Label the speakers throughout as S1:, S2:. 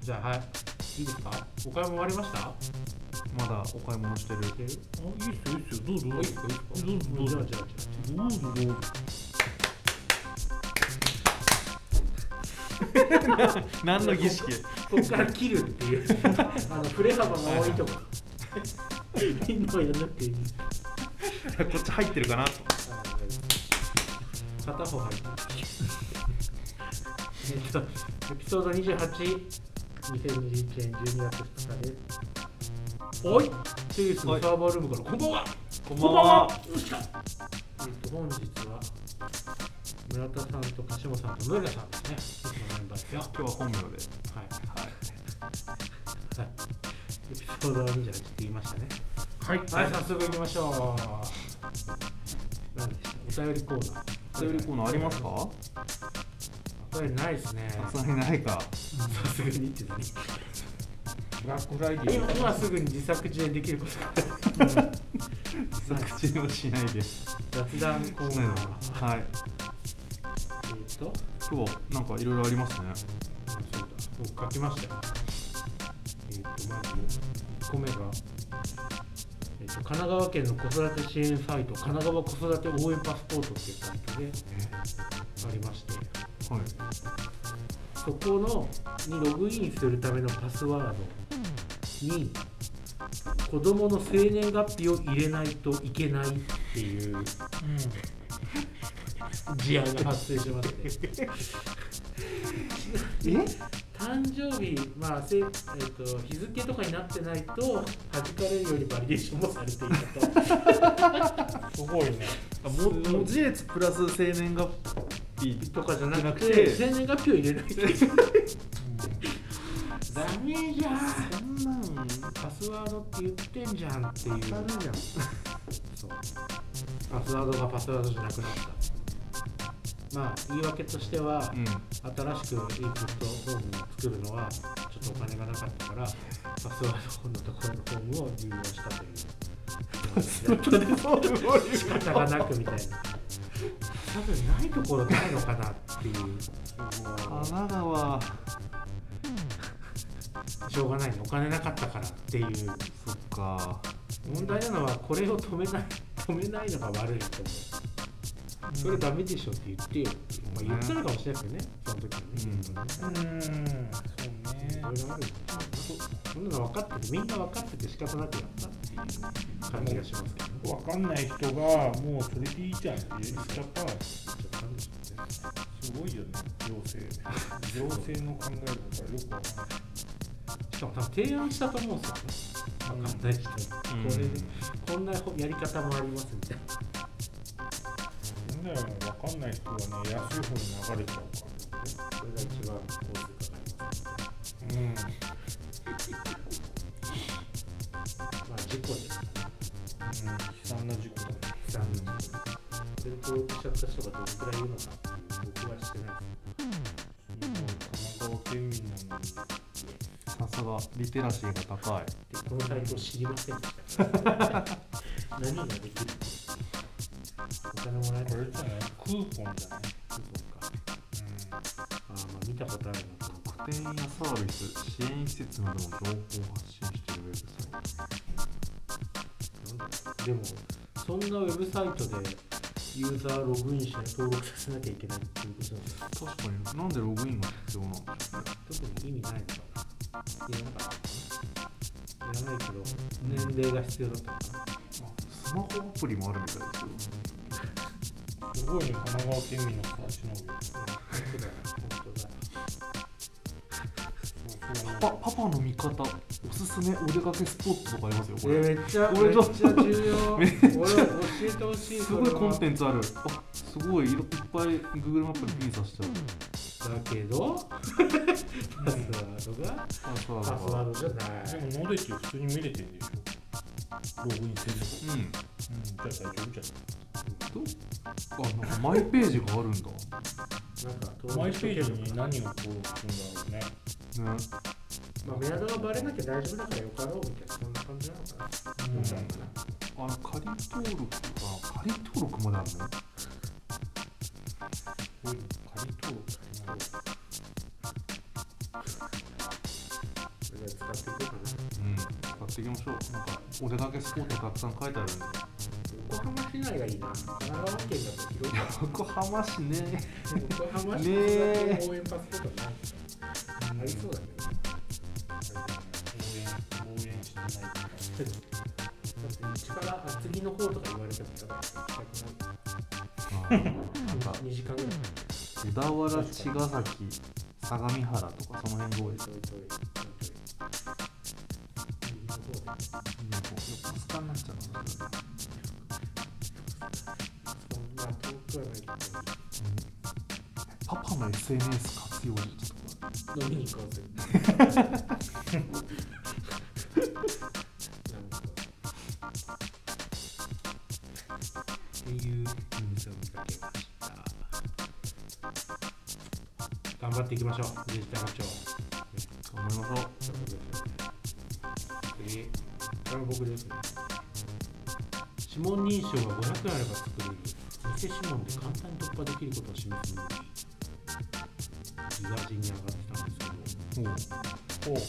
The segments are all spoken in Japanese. S1: じゃあはいいいですかお買い物終わりました
S2: まだお買い物してる
S1: いいです
S3: あいいっすよいいっすよどうぞ
S1: かいいですか
S3: どうぞどう
S1: じ
S3: ぞ
S1: ゃあじゃあじゃあ
S3: どうぞどうぞ
S2: 何の儀式
S1: ここから切るっていうあの振れ幅が多いとか
S3: みんなはやんなくていい
S2: こっち入ってるかなと
S1: 片方入ったえっとエピソード28
S3: 2021年12月2日です
S1: おいセリウスのサーバールームからこんばんは
S2: こん
S3: こんばんはよっしゃ
S1: えっと本日は村田さんと鹿島さんと野浦さんですねいつものメンバーですよ
S2: 今日は本名で
S1: はいはいエピソード28って言いましたね
S3: はい
S1: はい
S3: は
S1: 早速行きましょう何でしたお便りコーナー
S2: お便りコーナーありますか
S1: お便りないですね
S2: さすがにないか
S1: さすがにって何
S3: いブラックフライデー
S1: 今今すぐに自作自演できることが
S2: 作中はしないで
S1: 雑談コー
S2: ない
S1: ナ
S2: の
S1: ー
S2: かはい
S1: えーっと
S2: 今日はなんかいろいろありますね
S1: そうだ僕書きましたよえーっとまず1個目が、えーっと神奈川県の子育て支援サイト神奈川子育て応援パスポートっていうサイトでありまして
S2: はい
S1: そこのにログインするためのパスワードに子どもの生年月日を入れないといけないっていう事案が発生しまして
S2: え
S1: 誕生日、まあせえっと日付とかになってないと弾かれるよりバリエーションもされていたと すごいね
S2: 文字列プラス生年月日
S1: とかじゃな
S2: じゃな
S1: く
S2: く
S1: て
S2: て
S1: 生年月日を入れないとダメじゃん
S2: そんなん
S1: パスワードって言ってんじゃんっていう
S3: 当たるじゃん
S1: そうパスワードがパスワードじゃなくなったまあ言い訳としては、
S2: うん
S1: 新しくインプットフォームを作るのはちょっとお金がなかったからパスワードのところのフォームを利用したという仕方がなくみたいな多分ないところないのかなっていう
S2: 神奈川
S1: しょうがないねお金なかったからっていう
S2: そっか
S1: 問題なのはこれを止めない止めないのが悪いと思うそれダメでしょって言ってよ、まあ、言ったのかもしれないけどねその時にね、
S3: うー
S1: いろいろあるよねそんなの分かっててみんな分かってて仕方なくやったっていう感じがしますけどね
S3: んわかんない人がもうそれでいいじゃんって言っちゃったらすごいよね行政行政の考えとかよくわかんない
S1: しかも多分提案したと思うんですよね分かんない人、
S2: うん
S1: これこんなやり方もありますみたいな
S3: みんなわかんない人はね安い方に流れちゃうから
S1: これが一番コースがかかります
S3: うん
S1: まあ事故ですからね
S3: 悲惨な事故だね
S1: 残念な事故それで登録しちゃった人がどのくらいいるのかっていう僕はしてない
S3: 神奈川県民なのに
S2: さすがリテラシーが高
S1: で
S2: い
S1: すでこのサイトを知りませんでした何ができるのお金もらえ
S3: あ
S1: たら
S3: れじゃないクーポンだね
S1: そうかあーまあ見たことあるなと思って
S2: 特典やサービス支援施設などの情報を発信しているウェブサイ
S1: でもそんなウェブサイトでユーザーログインして登録させなきゃいけないっていうことなんです
S2: ト確かになんでログインが必要なんでしょうね
S1: 特に意味ないのかないらなかったのかないらないけど年齢が必要だったのか
S2: スマホアプリもあるみたいですよ
S3: すごいね神奈川県民の人たちの
S1: な本当だよ本当だよ
S2: パパパの味方おすすめお出かけスポットとかありますよこれ、
S1: えめっちゃ
S2: これ
S1: めっちゃ重要
S2: め
S1: 俺
S2: っちゃ
S1: 教えてほしい
S2: すごいコン テ
S1: ン
S2: ンツあるあすごいいろいっぱい Google マップにピン刺してある
S1: ツだけどパスワードが
S2: パスワ
S1: パ
S2: ー
S1: ス
S2: ドが
S1: ワードじゃない
S3: でもノーデッチ普通に見れてんでしょログインせず
S2: うん
S3: うんじゃあ大丈夫じゃ
S2: どあなんかマイページがあるん
S1: なん
S2: だ
S1: か
S3: ないマイページ
S1: 登録しとけ
S3: に
S1: ば
S3: 何を登録するんだろうね
S2: ね
S1: まあメアドがバレなきゃ大丈夫だからよかろうみたいなそんな感じなのかな
S3: う
S1: どう
S3: ん
S1: なんだろうな
S2: あの仮登録あ仮登録まであるの
S3: こういうの仮登録ってなんだろ
S1: っていこうかな
S2: うん買っていきましょうなんかお出かけスポットたくさん書いてあるんで
S1: 横浜市内がいいな神奈川県だと広いから
S2: 横浜市ね
S1: 横浜市
S2: ねえ
S1: 内応援パスポートはないありそうだけどねだっ
S3: 応援応援してない
S1: て道から厚木の方とか言われても多分
S2: なんか
S1: 2時間ぐらい
S2: 小田原茅ヶ崎相模原とかその辺が多いで
S1: ちょいちょい
S2: す
S1: ちょいちょい右の方だね
S2: 横須賀になっちゃうな
S1: そんな遠くはないけど
S2: パパの SNS 活用術とか
S1: 飲みに行こうぜ。なんか
S2: っていう
S1: 頑張っていきましょう、自治体課長。
S2: 頑張りましょう
S1: 次、これは僕ですね。指紋認証が500あれば作れる、偽指紋で簡単に突破できることを示すのに、ギガ人に上がってたんですけど。
S2: おう
S3: おう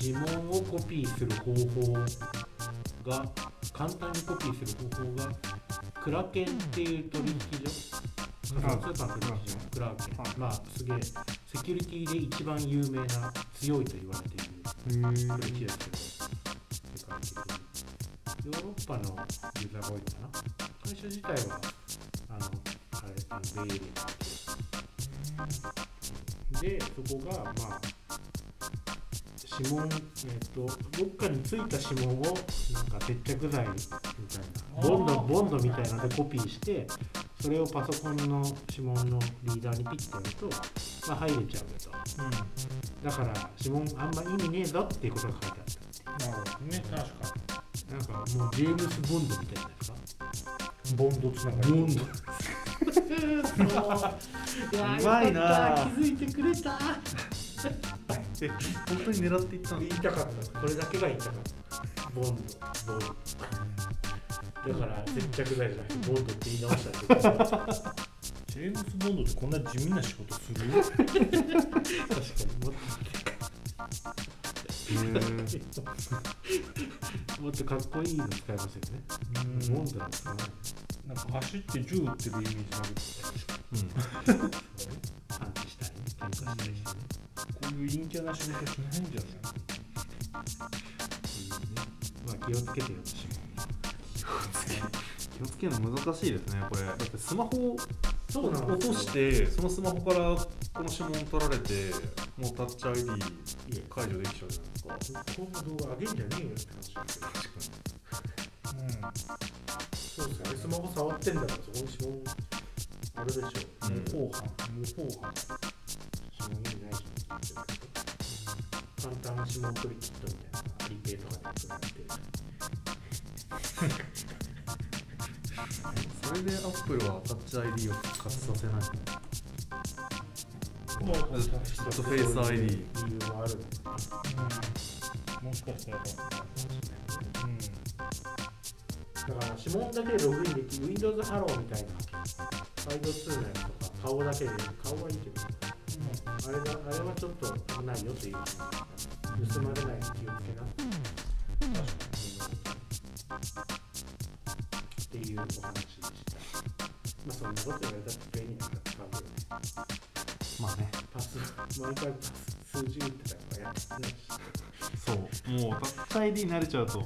S1: 指紋をコピーする方法が簡単にコピーする方法がクラケンっていう取引所
S2: うん
S1: 仮想通貨の取引所クラケン、
S2: はい
S1: まあすげえセキュリティで一番有名な強いと言われている
S2: へー
S1: 取引所ですけど世界的にヨーロッパのユーザーが多いのかな会社自体はあのあれあのベイエリアでそこがまあ指紋えっ、とどっかについた指紋をなんか接着剤みたいなボンド
S3: あー
S1: ボンドみたいなのでコピーしてそれをパソコンの指紋のリーダーにピッてやると、まあ、入れちゃうよと
S2: うん
S1: だから指紋あんま意味ねえぞっていうことが書いてあっ
S3: なるほどね確か
S1: たなんかもうジェームス・ボンドみたいじゃないですか
S3: にボンドつながり
S1: ボ ンド
S2: うまいな
S1: 気づいてくれた
S2: え本当に狙っていったん
S1: 言い
S2: です
S1: たかったこれだけが言いたかったボンドボンドだから接着剤じゃなくてボンドって言い直したんだけど確か
S3: ジェームズ・ボンドってこんな地味な仕事する
S1: にもっともっとかっこいいの使いますよね、ボンドなんですかね
S3: なんか走って銃撃ってるイメージだけど
S2: うん
S1: パンチしたりね喧嘩したりしてね
S3: こういう陰キャな仕事しないんじゃない
S1: うんねまあ気をつけてよ私
S2: 気をつけるの難しいですねこれだってスマホを
S1: そうな
S2: 落としてそのスマホからこの指紋取られてもうタッチ ID 解除できちゃうじゃないですか
S1: 今後動画上げんじゃねえよって話だけどそうですよねスマホ触ってんだからそこに指紋あるでしょう
S2: うん
S3: うん無法犯無法犯
S1: 指紋意味ないじゃんって言ってるけど簡単な指紋取り切ったみたいなアリペイとかでやってる
S2: それでアップルはタッチ ID を復活させない
S3: もう
S2: ずっとフェイス ID
S1: 理由はあるのかな
S3: もしかしたらうん
S1: だから指紋だけでログインできる Windows ハローみたいなサイド2のやつとか顔だけで顔はいいけどあれだあれはちょっと危ないよという盗まれないように気をつけなっていうお話でしたまあそんなこと言われたって便利だから使うよね
S2: まあね
S1: パス毎回パス数字打ってたからやってないし
S2: そうもうタッチ ID に慣れちゃうと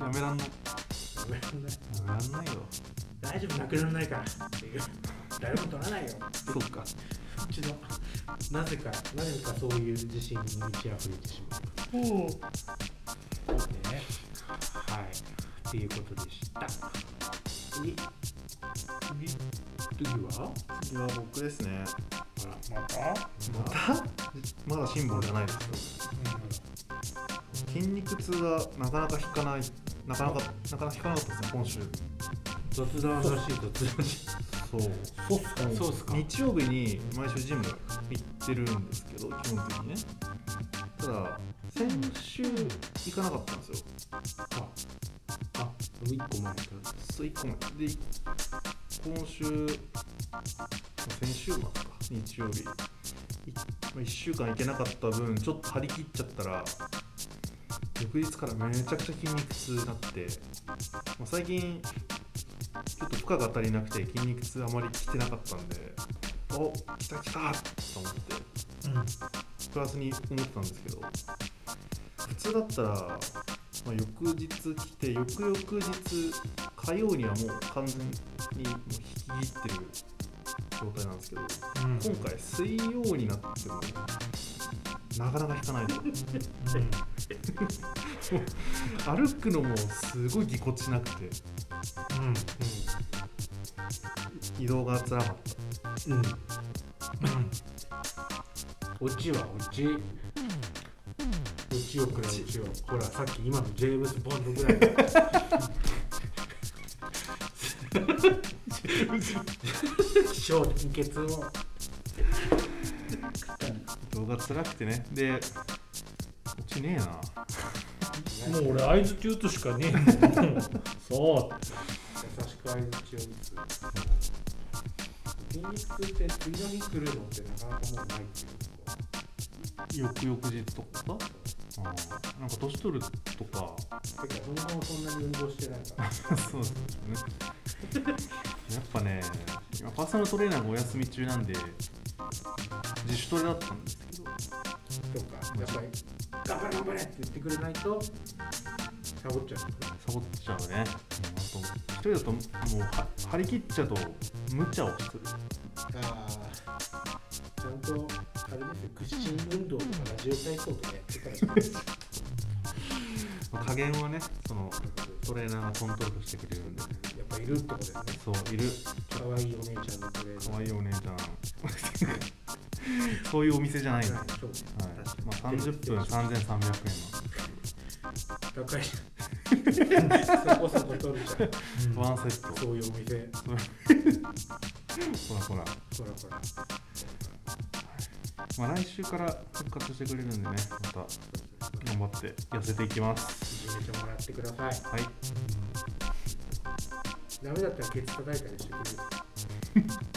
S2: やめらんない
S1: やめらんない
S2: やめらんないよ
S1: 大丈夫なくならないからっていう誰も取らないよ
S2: そうか
S1: うちのなぜかなぜかそういう自信に満ち溢れてしまう
S3: うんそうね
S1: はいっていうことでした次
S3: 次
S1: 次は
S2: 次は僕ですね
S1: あら
S3: また
S2: またまだ辛抱じゃないですけど筋肉痛がなかなか引かないなかなかなかなか引かなかったですね今週
S1: 雑談らしい雑談らしい
S2: そう
S3: そうっすか
S1: そうっすか
S2: 日曜日に毎週ジム行ってるんですけど基本的にねただ先週行かなかったんですよ
S1: ああ一個前か
S2: そう1個前で今週先週末か日曜日い1週間行けなかった分ちょっと張り切っちゃったら翌日からめちゃくちゃ筋肉痛になって、まあ、最近ちょっと負荷が足りなくて筋肉痛あまり来てなかったんでお来た来たと思ってプラスに思ったんですけど普通だったら、まあ、翌日来て翌々日火曜にはもう完全にもう引き切ってる状態なんですけど
S1: うん
S2: 今回水曜になってもなかなか引かない と歩くのもすごいぎこちなくて移動がつらかっ
S1: うんうんオチはオチオチよくないオチよほらさっき今のジェームズ・ボンドぐらいの気象転結を
S2: た移動がつらくてねでこっちねえな
S3: もう俺合図中としかねえもんそう
S1: 優しく相槌を打つ筋肉痛って次の日来るのってなかなかもうないっていうか
S2: 翌々日とかうんなんか年取るとか
S1: てかそのままそんなに運動してないから
S2: そうですね やっぱね今パーソナルトレーナーがお休み中なんで自主トレだったんですけど
S1: とかやっぱり頑張れ頑張れって言ってくれないとサボっちゃう
S2: サボっちゃうね、うんあと一人だともうは張り切っちゃうと無茶をする
S1: あちゃんとあれですよ屈伸運動とかラジオ体操とかやってから
S2: 加減はねそのトレーナーがコントロールしてくれるんで
S1: やっぱいるってことだよね
S2: そういる
S1: 可愛いお姉ちゃんのトレーナー
S2: 可愛いお姉ちゃん そういうお店じゃないんで、はい
S1: そう
S2: まあ、30分3300円なんで
S1: 高いそこそこ取るじゃん
S2: ワンセット
S1: そういうお店
S2: ほらほら、
S1: ほらほら
S2: まあ、来週から復活してくれるんでねまた頑張って痩せていきます
S1: いじめてもらってください
S2: はい
S1: ダメだったらケツ叩いたりしてくれる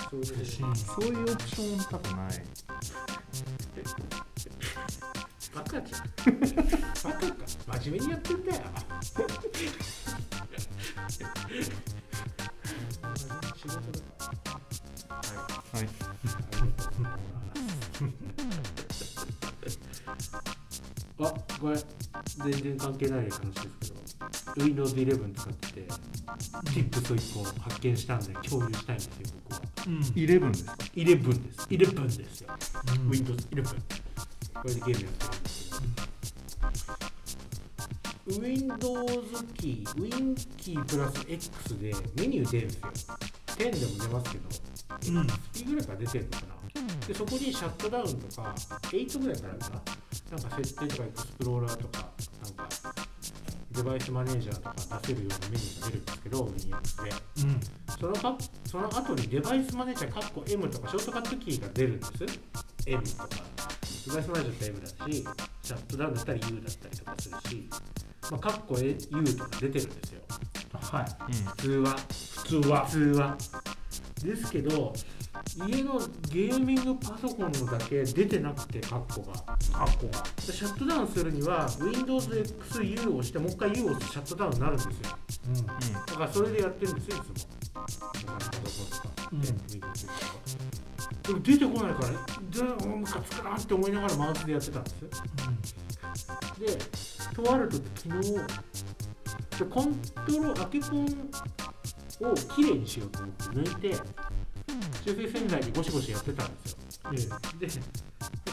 S1: そういうことで
S2: そういうオプション多分ない
S1: バカじゃん バカか真面目にやってんだよ仕事だからはい
S2: はい
S1: あこれ全然関係ない話ですけど Windows11 使ってて Tips を1個発見したんで共有したいんですよ僕は
S2: 11ですか
S1: 11です11ですよ、Windows 11これでゲームやってるんですけど、Windows キー Win キープラス X でメニュー出るんですよ10でも出ますけど
S3: うん
S1: いぐらいから出てるのかなでそこにシャットダウンとか8ぐらいからかななんか設定とかエクスプローラーとかなんかデバイスマネージャーとか出せるようなメニューが出るんですけど Windows で
S3: うん
S1: そのかその後にデバイスマネージャーかっこ M とかショートカットキーが出るんです M とかデバイスマネージャーって M だしシャットダウンだったり U だったりとかするしまあ、かっこ U とか出てるんですよ
S3: はい
S2: うん
S1: 普通は
S3: 普通は
S1: 普通はですけど家のゲーミングパソコンのだけ出てなくてカッコが
S3: 過去が
S1: でシャットダウンするには WindowsXU を押してもう一回 U を押すとシャットダウンになるんですよだからそれでやってるんですよいつも他のパソコンとか
S3: うん
S1: で Windows とかでも出てこないからじゃあムカつくなって思いながらマウスでやってたんですよで、とある時昨日、でコントロール、アケコンをきれいにしようと思って抜いて、修正洗剤にゴシゴシやってたんですよ。
S3: え
S1: で、で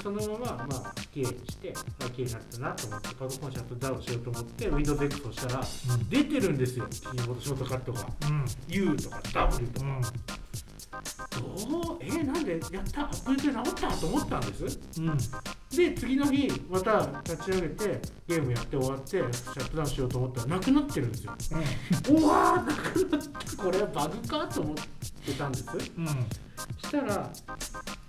S1: そのまま、まあ、きれいにして、あきれいになったなと思って、パソコンシャットダウンしようと思って、Windows X をしたら、出てるんですよ、キーボードショートカットが。
S3: うん
S1: U とか W とか。
S3: うん
S1: どうえーなんでやったアップデート治ったと思ったんです
S3: うん
S1: で次の日また立ち上げてゲームやって終わってシャットダウンしようと思ったらなくなってるんですようわーなくなってこれはバグかと思ってたんです
S3: うんうん
S1: したら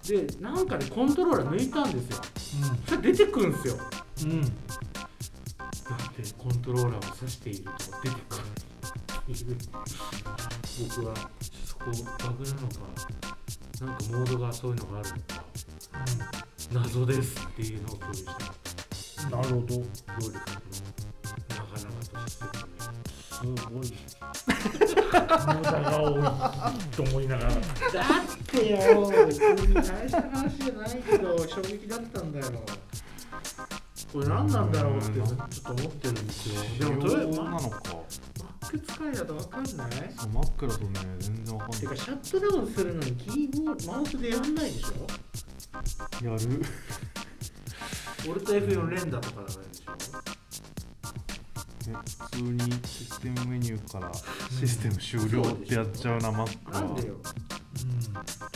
S1: でなんかでコントローラー抜いたんですよそれ出てくるんですよだ
S3: うんうん
S1: ってコントローラーを指していると出てくるっていう僕はそこバグなのかなんかモードがそういうのがあるのか謎ですっていうのを共有した
S3: なるほど
S1: 能力の長々とした説明
S3: すごい無駄が多いと思いながら
S1: だってよ、別に大した話じゃないけど、衝撃だったんだよ。これ何なんだろうってちょっと思ってるんですよ。でも、とりあえず
S2: な
S1: マ
S2: のか
S1: ック使いだとわかんない
S2: そうマックだとね全然わかん
S1: て
S2: な
S1: か、
S2: い
S1: シャットダウンするのにキーボード、マウスでやんないでしょ
S2: やる
S1: 俺と F4 連打とかだからでしょ
S2: え普通にシステムメニューからシステム終了ってやっちゃうなマックは
S1: なんでよ。
S3: うん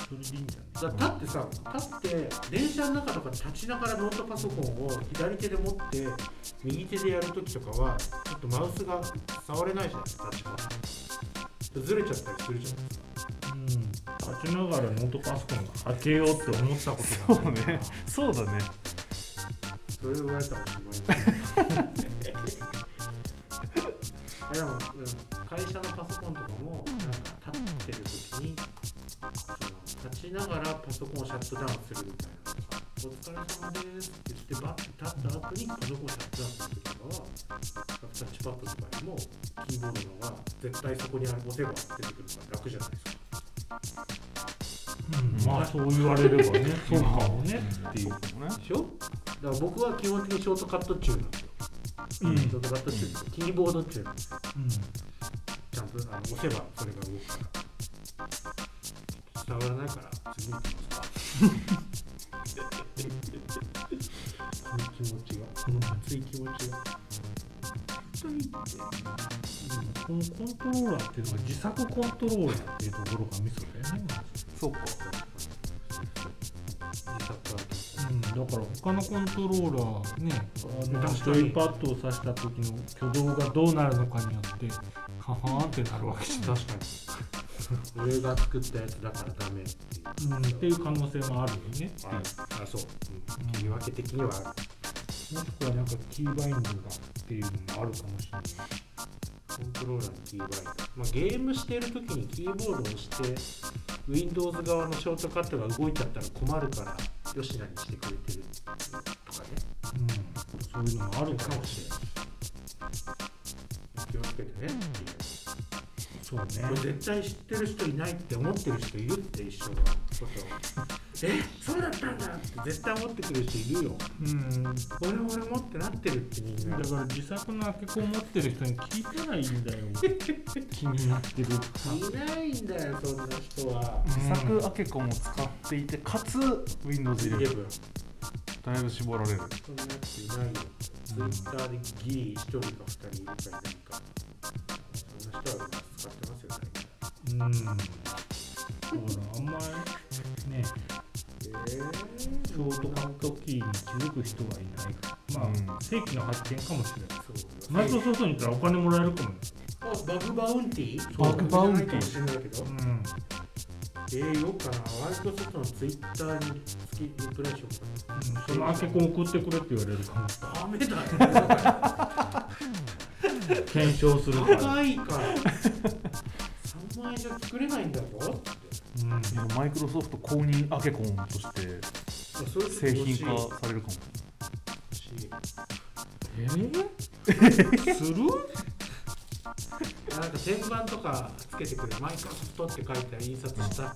S3: それでいいんじゃない
S1: だ立ってさ、立って、電車の中とか立ちながらノートパソコンを左手で持って、右手でやるときとかは、ちょっとマウスが触れないじゃん、立ちが。ずれちゃったりするじゃん。
S3: うん立ちながらノートパソコン開けようって思ったこと
S2: そう
S3: がない
S2: ねそうだね
S1: それを言われたらおしまいだねでもうん会社のパソコンとかもなんか立ってる時にその立ちながらパソコンをシャットダウンするみたいなお疲れ様ですって言ってバッて立った後にパソコンをシャットダウンするとかはタッチパッドとかにもキーボードの方が絶対そこに押せば出てくるから楽じゃないですか
S3: うんまあそう言われればねそうかもねっていう
S2: そうかもね
S1: でしょだから僕は基本的にショートカット中なんですよ、
S3: うんうん
S1: ショートカット中ってキーボード中なんです ちゃんとあの押せばそれが動くから。伝わらないから次に行きますか。熱い気持ちが、熱い気持ちが。
S3: このコントローラーっていうのは自作コントローラーっていうところがミソだよね、
S2: そうか
S1: 自作アート
S3: うん、だから他のコントローラーねあの
S1: 確
S3: ジ
S1: かに
S3: ョイパッドを指した時の挙動がどうなるのかによってカファーンってなるわけじゃない、
S1: 確かに。俺が作ったやつだからダメっていう。
S3: うん、っていう可能性もあるよね
S1: ああ、そう。うん切り分け的にはある。
S3: もしくはなんかキーバインドがっていうのもあるかもしれない
S1: コントローラーのキーバインド。まあ、ゲームしてる時にキーボードを押して、Windows 側のショートカットが動いちゃったら困るから、吉田にしてくれてるとかね。
S3: うん、そういうのもあるかもしれない。
S1: 気をつけてねっていう
S3: そうね。
S1: これ絶対知ってる人いないって思ってる人いるって一緒のことをえそうだったんだって絶対思ってくる人いるよ
S3: うん、だ
S1: 俺も俺もってなってるってみんな
S3: から自作の開け子を持ってる人に聞いてないんだよ。 気になってる。
S1: いないんだよそんな人は
S2: 自作アケコも使っていてかつ Windows11
S1: 11
S2: だいぶ絞られる
S1: そんな人いないよ
S3: うん
S1: Twitter でギリ一人か二人いるかいないかそんな人は今使ってますよね
S3: うん。だからあんまりね、
S1: えー、
S3: ショートカットキーに気づく人はいないから。まあ、
S2: うん
S3: 正規の発見かもしれない。
S1: そう
S3: マイクロソフトにいたらお金もらえるかもね。
S1: あバグバウンティー
S3: バグバウンティー
S1: かもしれないけど
S3: うん。
S1: えー、よっかな、マイクロソフトのツイッターに付きリプレイしようか
S3: その開け子を送ってくれって言われるかも。
S1: な。ダメだよ。
S3: 検証するから。
S1: 高いから。3万円じゃ作れないんだよ。
S3: う
S2: い
S3: ん。
S2: やマイクロソフト公認アケコンとして
S1: それ
S2: 製品化
S1: 欲
S2: されるかも
S1: しい
S3: えー、する
S1: なんか天板とかつけてくれ、マイクロソフトって書いた印刷 した。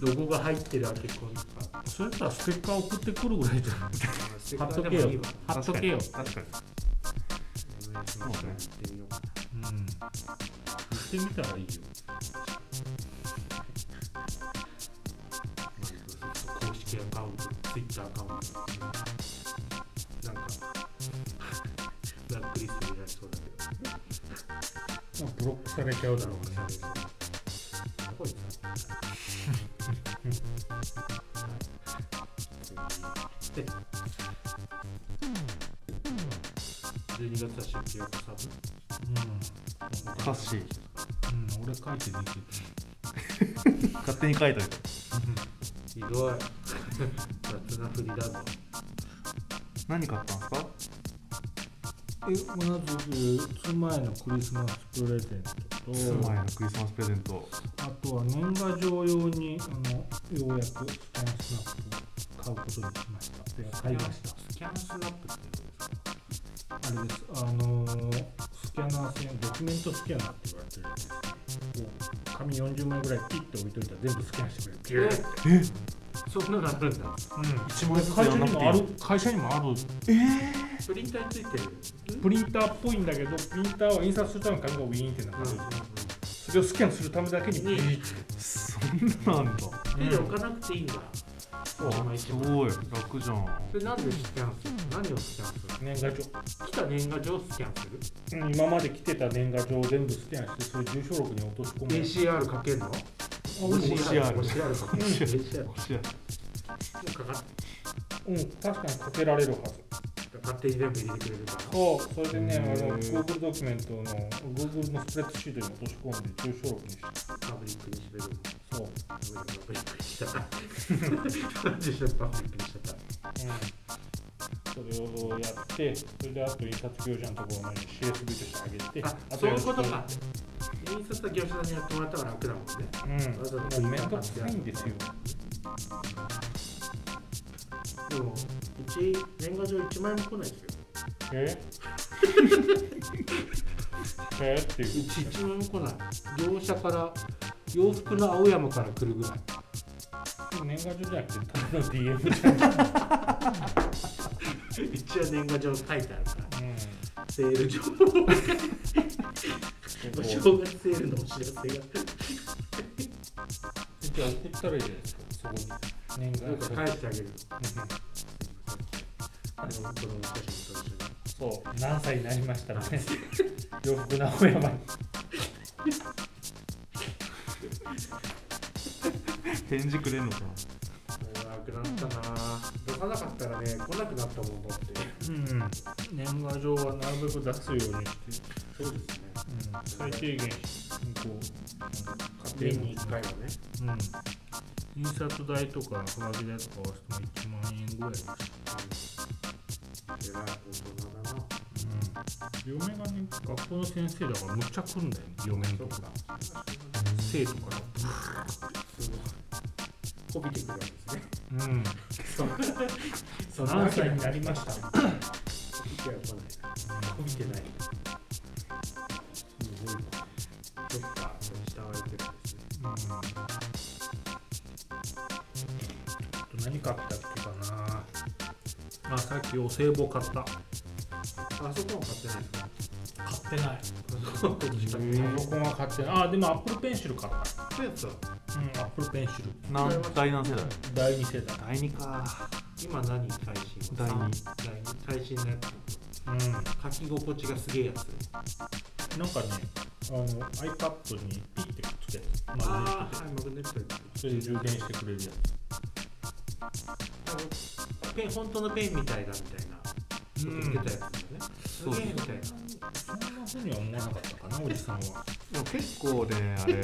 S1: ロゴが入ってるアケコンとか。
S3: それたらステッカー送ってくるぐらいじゃん。貼っとけ
S1: でも
S3: よ
S1: いいわ。
S3: 貼っとけよ。
S2: 確かに
S1: お願いしますやってみようか
S3: うん。行ってみたらいい
S1: マイ
S3: よ。
S1: クロソフト公式アカウント、ツイッターアカウント。なんか、 ブラックリストになりそうだけど。
S3: まあ、ブロックされちゃうだろうね。
S1: こいつはで12月は出費がかさ
S2: 歌詞
S3: うん。うん、俺書いてできる。
S2: 勝手に書いたり
S1: ひどい雑な振りだぞ
S2: 何買ったんですか
S3: え、まず、2前のクリスマスプレゼント。
S1: と
S2: 妻へのクリスマスプレゼント
S1: あとは年賀状用にあのようやくスキャンスナップを買うことにしましたで買いました
S2: スキャンスナップって
S1: あれですあのースキャナー線ドキュメントスキャナーって言われてるやつですねこう紙40枚ぐらいピッて置いといたら全部スキャンしてくれるビューって
S2: え
S1: そんなのあるんだ
S3: うん
S2: 一枚ずつ
S3: 会社
S2: やんな
S3: に
S2: くてい
S3: もあ
S2: い
S3: る会社にもある
S1: プリンターについてる
S3: プリンターっぽいんだけどプリンターを印刷するための紙がウィーンってなってる、それをスキャンするためだけにビーッ
S2: そんななんだ
S1: 手で置かなくていいんだ
S2: あすごい楽じゃん
S1: それなんでスキャンするの何をスキャンする
S3: 年賀状
S1: の来た年賀状をスキャンする
S3: うん今まで来てた年賀状を全部スキャンしてそれ住所録に落とし込む
S1: ACR かけるの
S3: うん
S2: OCR
S1: OCR かける ACR
S2: こっちや
S1: かかっ
S3: うん確かにかけられるは
S1: た
S3: ず
S1: 勝手に全部入れてくれるから
S3: そうそれでねあ
S2: う
S3: の
S2: ん
S3: Google ドキュメントの Google のスプレッドシートに落とし込んで住所録にして
S1: パブリックにしてる
S3: そう、
S1: パブリックにしちゃった。住所パブリックにしちゃった。
S3: うん、それをやってそれであと印刷業者のところに CSV としてあげて
S1: あ、
S3: あ
S1: そう
S3: や
S1: い
S3: る
S1: うことか。印刷は業者さんにやってもらったから楽だもんね。
S3: うんもうめんどくさいんですよ
S1: でも、うち年賀状1枚も来ないですよ。
S3: ええって
S1: う
S3: いう
S1: ち1枚も来ない。業者から、洋服の青山から来るぐらい。
S3: 年賀状じゃなくてただの DM じ
S1: うちは年賀状書いてあるから。
S3: ゃん、うん
S1: セール状。 お正
S3: そう
S1: 月セールのお知らせが。
S3: じゃあ送ったらいいじゃないですかそこに
S1: な
S3: 年
S1: ん
S3: 賀
S1: か
S3: 状
S1: 返してあげる。
S3: う
S1: あの子供たちと一緒に。
S3: んそう何歳になりましたらね洋服の青山に
S2: 返事くれんのか
S1: なくなったなぁ出さなかったらね来なくなったもんだって
S3: うん年賀状はなるべく出すようにして、
S1: そうですね
S3: 最低限こう
S1: 年に1回はね
S3: うん印刷代とかはがき代とか合わせても1万円ぐらいだし、
S1: 偉い大人だな
S3: うん、嫁がね学校の先生だからむっちゃ来んだよね嫁のとこ生徒から
S1: すごいこびてくるわけですね
S3: うん
S1: そ
S3: 何歳になりました
S1: こびては来ないこびてないすごいなそっか慕われてるんですね
S3: うんあと何買ったっけかなあさっきお歳暮買った
S1: パ
S3: 買
S1: ソコン買ってないですか
S3: ってない
S1: パソコン買ってない
S3: パソコンは買ってないあでもアップルペンシル買っ
S1: そうやつは
S3: たうんアップルペンシル
S2: な
S1: 違い
S2: 何
S1: ます
S2: 第何世代
S3: 第2世代
S2: 第2か
S1: 今何最新
S2: 第二
S1: 第2最新のやつ
S3: うん
S1: 書き心地がすげえやつ
S3: なんかねあの iPad にピッてくっつけて
S1: あ
S3: マ
S1: あはいマグネットやつ
S3: グネットでそれで充電してくれるや
S1: あのペン本当のペンみたいだみたいな、
S3: つ
S1: 言ってたやつだよね。す
S2: そう
S1: げえみたいな。
S3: そんなふうには思わなかったかなおじさんは
S2: でも結構ねあれ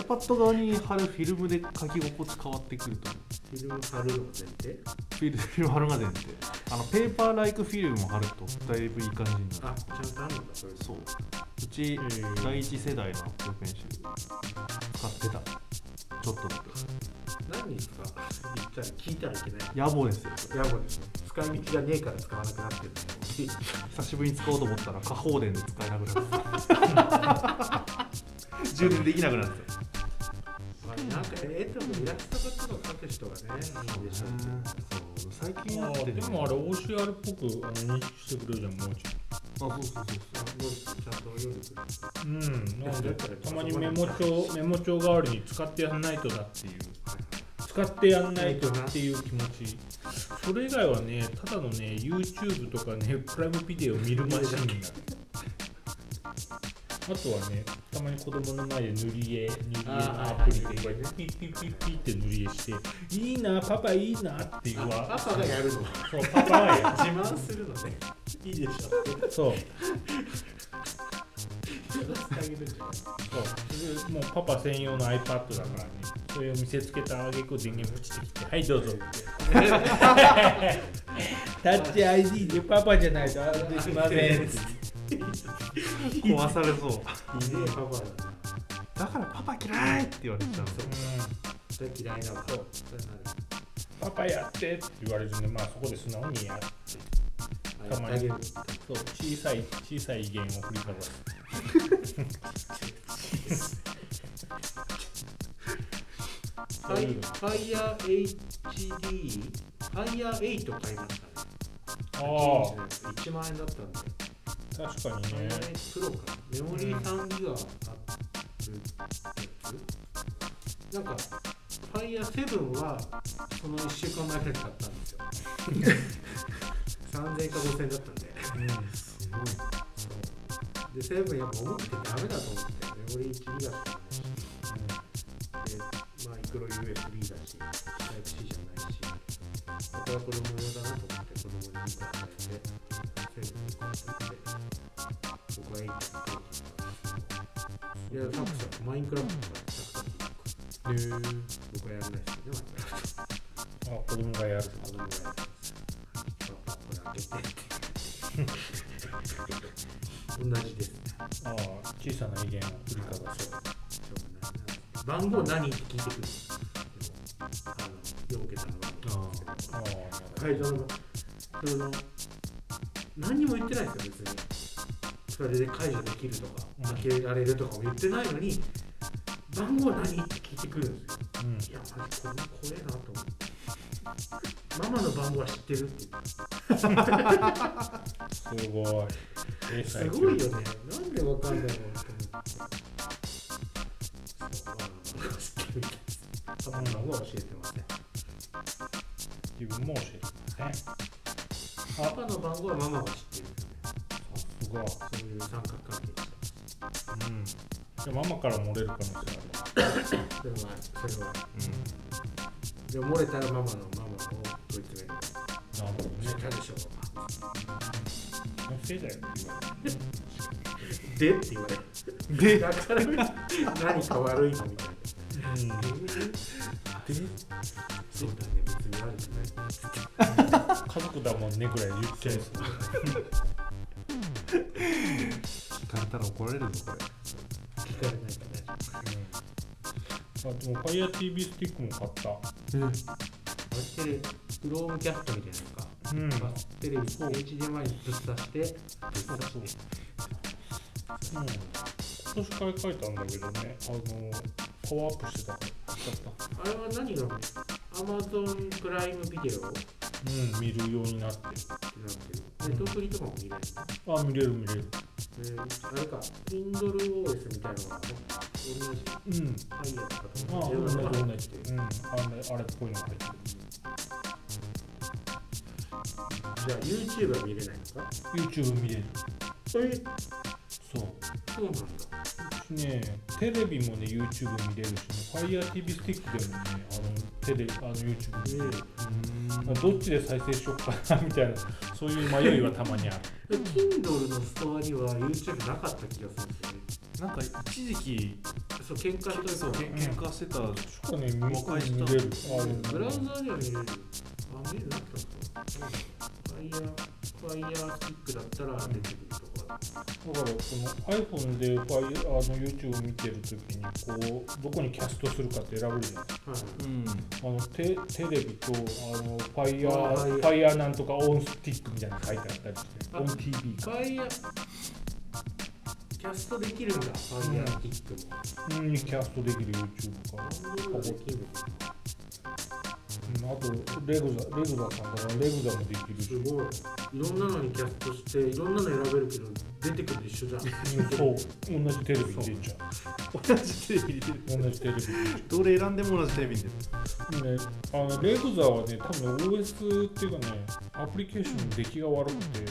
S2: iPad 側に貼るフィルムで書き心地変わってくると思う
S1: フィルム貼るの前提。
S2: フィルフィルム貼るが前提あのペーパーライクフィルムを貼るとだいぶいい感じにな
S1: あ
S2: る、
S1: ちゃんとあるんだ、それ。
S2: そううち
S3: ー
S2: 第1世代のアップルペンシル使ってたちょっとだけ
S1: 何ですか言ったら聞いたらいけない。
S2: 野暮ですよそれ
S1: やばいですね。使い道がねえから使わなくなってるん だよ。
S2: 久しぶりに使おうと思ったら下放電で使えなくな った充電できなくなった
S1: まあ、なんか絵とかイラストとか描く人がね、いいんでしょうけど
S2: そう最近
S3: あ
S2: あって、
S3: ー
S2: ね、
S3: でもあれ OCR っぽくあの認識してくれるじゃんもうちょい
S2: あそうそうそう
S1: あもうちゃんと読んでくれる。
S3: うんなんでたまにメモ帳メモ帳代わりに使ってやんないとだっていう使ってやんないとっていう気持ちそれ以外はねただのね YouTube とかねプライムビデオ見るマシンになるあとはねたまに子供の前で塗り絵塗り絵のアプリでこうやってピッピッピッピッって塗り絵していいなパパいいなっていう
S1: あ
S3: わ
S1: パパがやるの。
S3: そうパパはや
S1: 自慢するのね。いいでしょう。
S3: るそう
S1: やらせてあげるんじゃない
S3: そうそれもうパパ専用の iPad だからねそれを見せつけたあげく電源プチってきて「はいどうぞ」って「タッチ ID でパパじゃないとあれできません」って
S2: 壊されそう
S1: いいね、パパだな。
S2: だからパパ嫌いって言われちゃうんです
S1: そ
S2: よ、
S1: れ嫌いだわ
S3: そう
S1: それなる
S3: パパやってって言われるんでまあそこで素直にやって
S1: あ
S3: たまに
S1: やってあげる
S3: そう小さい小さい弦を振りかざす
S1: フ ァイファイヤー HD ファイヤー8買いましたね
S3: あ
S1: 1万円だったんで
S3: あ確
S1: フ
S3: かに
S1: ァイ
S3: ね
S1: ヤー8プロかメモリー3ギガあるやつなんかファイヤー7はその1週間前くらいに買ったんですよ3000円か5000円だったんで
S2: すごい
S1: でセブンやっぱ重くてダメだと思ってメモリー1ギガしかないし、でマイクロ USB だし Type-C じゃないしこれはこれも用だなと思って子供に見たのでセブンに買って僕は8に買おうかないやサクサクマインクラフトとかサクサク僕はやらないですけどね
S3: あ子供がやる
S1: 子供がやらないですパパこれ開けてって同じですね
S3: ああ小さな弦を振りかざそう
S1: 番号何って聞いてくるあの4桁の番号なんです
S3: ああ
S1: けど会場のその何にも言ってないですよ別にそれで解除できるとか開けられるとかも言ってないのに番号何って聞いてくるんですよ
S3: うん
S1: いやマジこれ怖えなと思ってママの番号は知ってるって言って
S3: すごい英
S1: す
S3: 才教
S1: ご
S3: 育
S1: いよねなんでわかんないのって思ってそうママの番号知ってるみたいですパパの番号は教えてません
S3: 自分も教えてません
S1: パパの番号はママが知ってる
S3: すごい
S1: そういう三角関係でし
S2: うん
S3: じゃあママから漏れる可能性ある
S1: たそれはあるそれはあるでも漏れたらママのママを問い詰める
S3: なるほ
S1: 「
S3: どね
S1: たでしょ」
S3: せいだよって言われる
S1: で」って言われるでだから何か悪いのみたいな
S3: で
S1: そうだね別に悪くない
S3: 家族だもんねぐらい言っちゃいそう
S2: 聞かれたら怒られるぞこれ
S1: 聞かれないから大丈
S3: うんあでも FireTV スティックも買った
S1: 夫あれテレクロームキャストみたいなのか
S3: うん
S1: バステレビ HDMI にぶっ刺してぶっ刺して
S3: うん、今年買い替えたんだけどね、あのパワーアップしてたから、買っちゃっ
S1: あれは何が Amazon プライムビデオって
S3: た。うん、見るようになってる。
S1: なってるネットフリとかも見れるの
S3: あ、見れる見れる。
S1: えー、あれか、インドル OS みたいなのが、同じフ
S3: うん。
S1: ァイヤーとか
S3: あ、
S1: と
S3: 同じ
S1: 同じ
S3: 同じ。うん、あれあれっぽいの入ってる。
S1: じゃあ YouTube は見れないのか
S3: YouTube 見れる。
S1: え
S3: そう。
S1: そうなんだ。
S3: うちね、テレビもね、YouTube 見れるしね、FireTV スティックでもね、あのテレあの YouTube 見れる。
S2: うん
S3: どっちで再生しようかなみたいな、そういう迷いはたまにある。
S1: え、Kindle のストアには YouTube なかった気がするんですよね。
S2: なんか一時期
S1: そう、喧嘩し
S2: そう
S1: とい
S2: けん喧嘩してた
S3: 確かね、見見れる。
S1: たブラウ
S3: あ
S1: ザーでは見れる。あ、見れるなかったのかファイヤー、ファイヤースティックだったら出てくるとか。
S3: だからこの iPhone でファイあの YouTube を見てるときにこうどこにキャストするかって選べるじゃない
S1: はい。
S2: うん
S3: あのテテレビとあのファイヤ
S1: あはい
S3: ーファイヤーなんとかオンスティックみたいなの書いてあったりして
S1: あ
S3: オン TV
S1: フ
S3: か、
S1: ァイヤー、キャストできるんだ、ファイヤースティックも。
S3: うん、キャストできる YouTube か、
S1: Kindle できるのかな
S3: うん、あとレグザレグザさんだからレグザもできるし
S1: すごい。いろんなのにキャストして、いろんなの選べるけど、出てくるの一緒じゃん。
S3: うんそう同じテレビに出ちゃ
S2: 同じテレビで
S3: う同じテレビに出ちゃう
S2: どれ選んでも同じテレビに出る
S3: ね、あのレグザはね、多分 OS っていうかね、アプリケーションの出来が悪くて、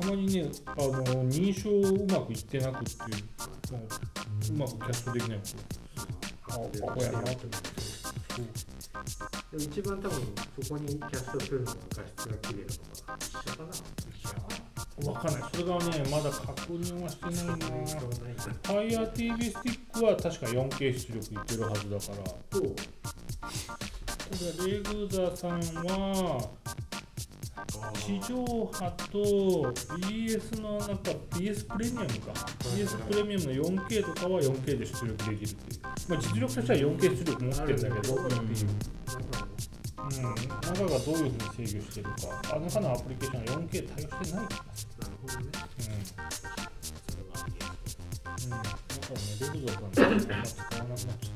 S3: たまにね、あの認証うまくいってなくっていう、まあうまくキャストできないことあここやなと思って
S1: でも一番多分そこにキャストするのが画質が綺麗なのかな一緒かな
S3: わかんない。それがね、まだ確認はしてないな。
S1: 一緒ないな
S3: FireTV スティックは確か 4K 出力いってるはずだから、
S1: と
S3: ただレグザさんは、
S1: あ
S3: 地上波と BS のなんか BS プレミアムか BS プレミアムの 4K とかは 4K で出力できるっていう、まあ、実力としては 4K 出力持ってるんだけど、うん、中がどういうふうに制御してるかあ中のアプリケーションは 4K 対応してない
S1: なる
S3: から
S1: ほどね
S3: う
S1: そ
S3: ん
S1: れは
S3: うんだからねレグゾーさんの使わなくなっちゃっ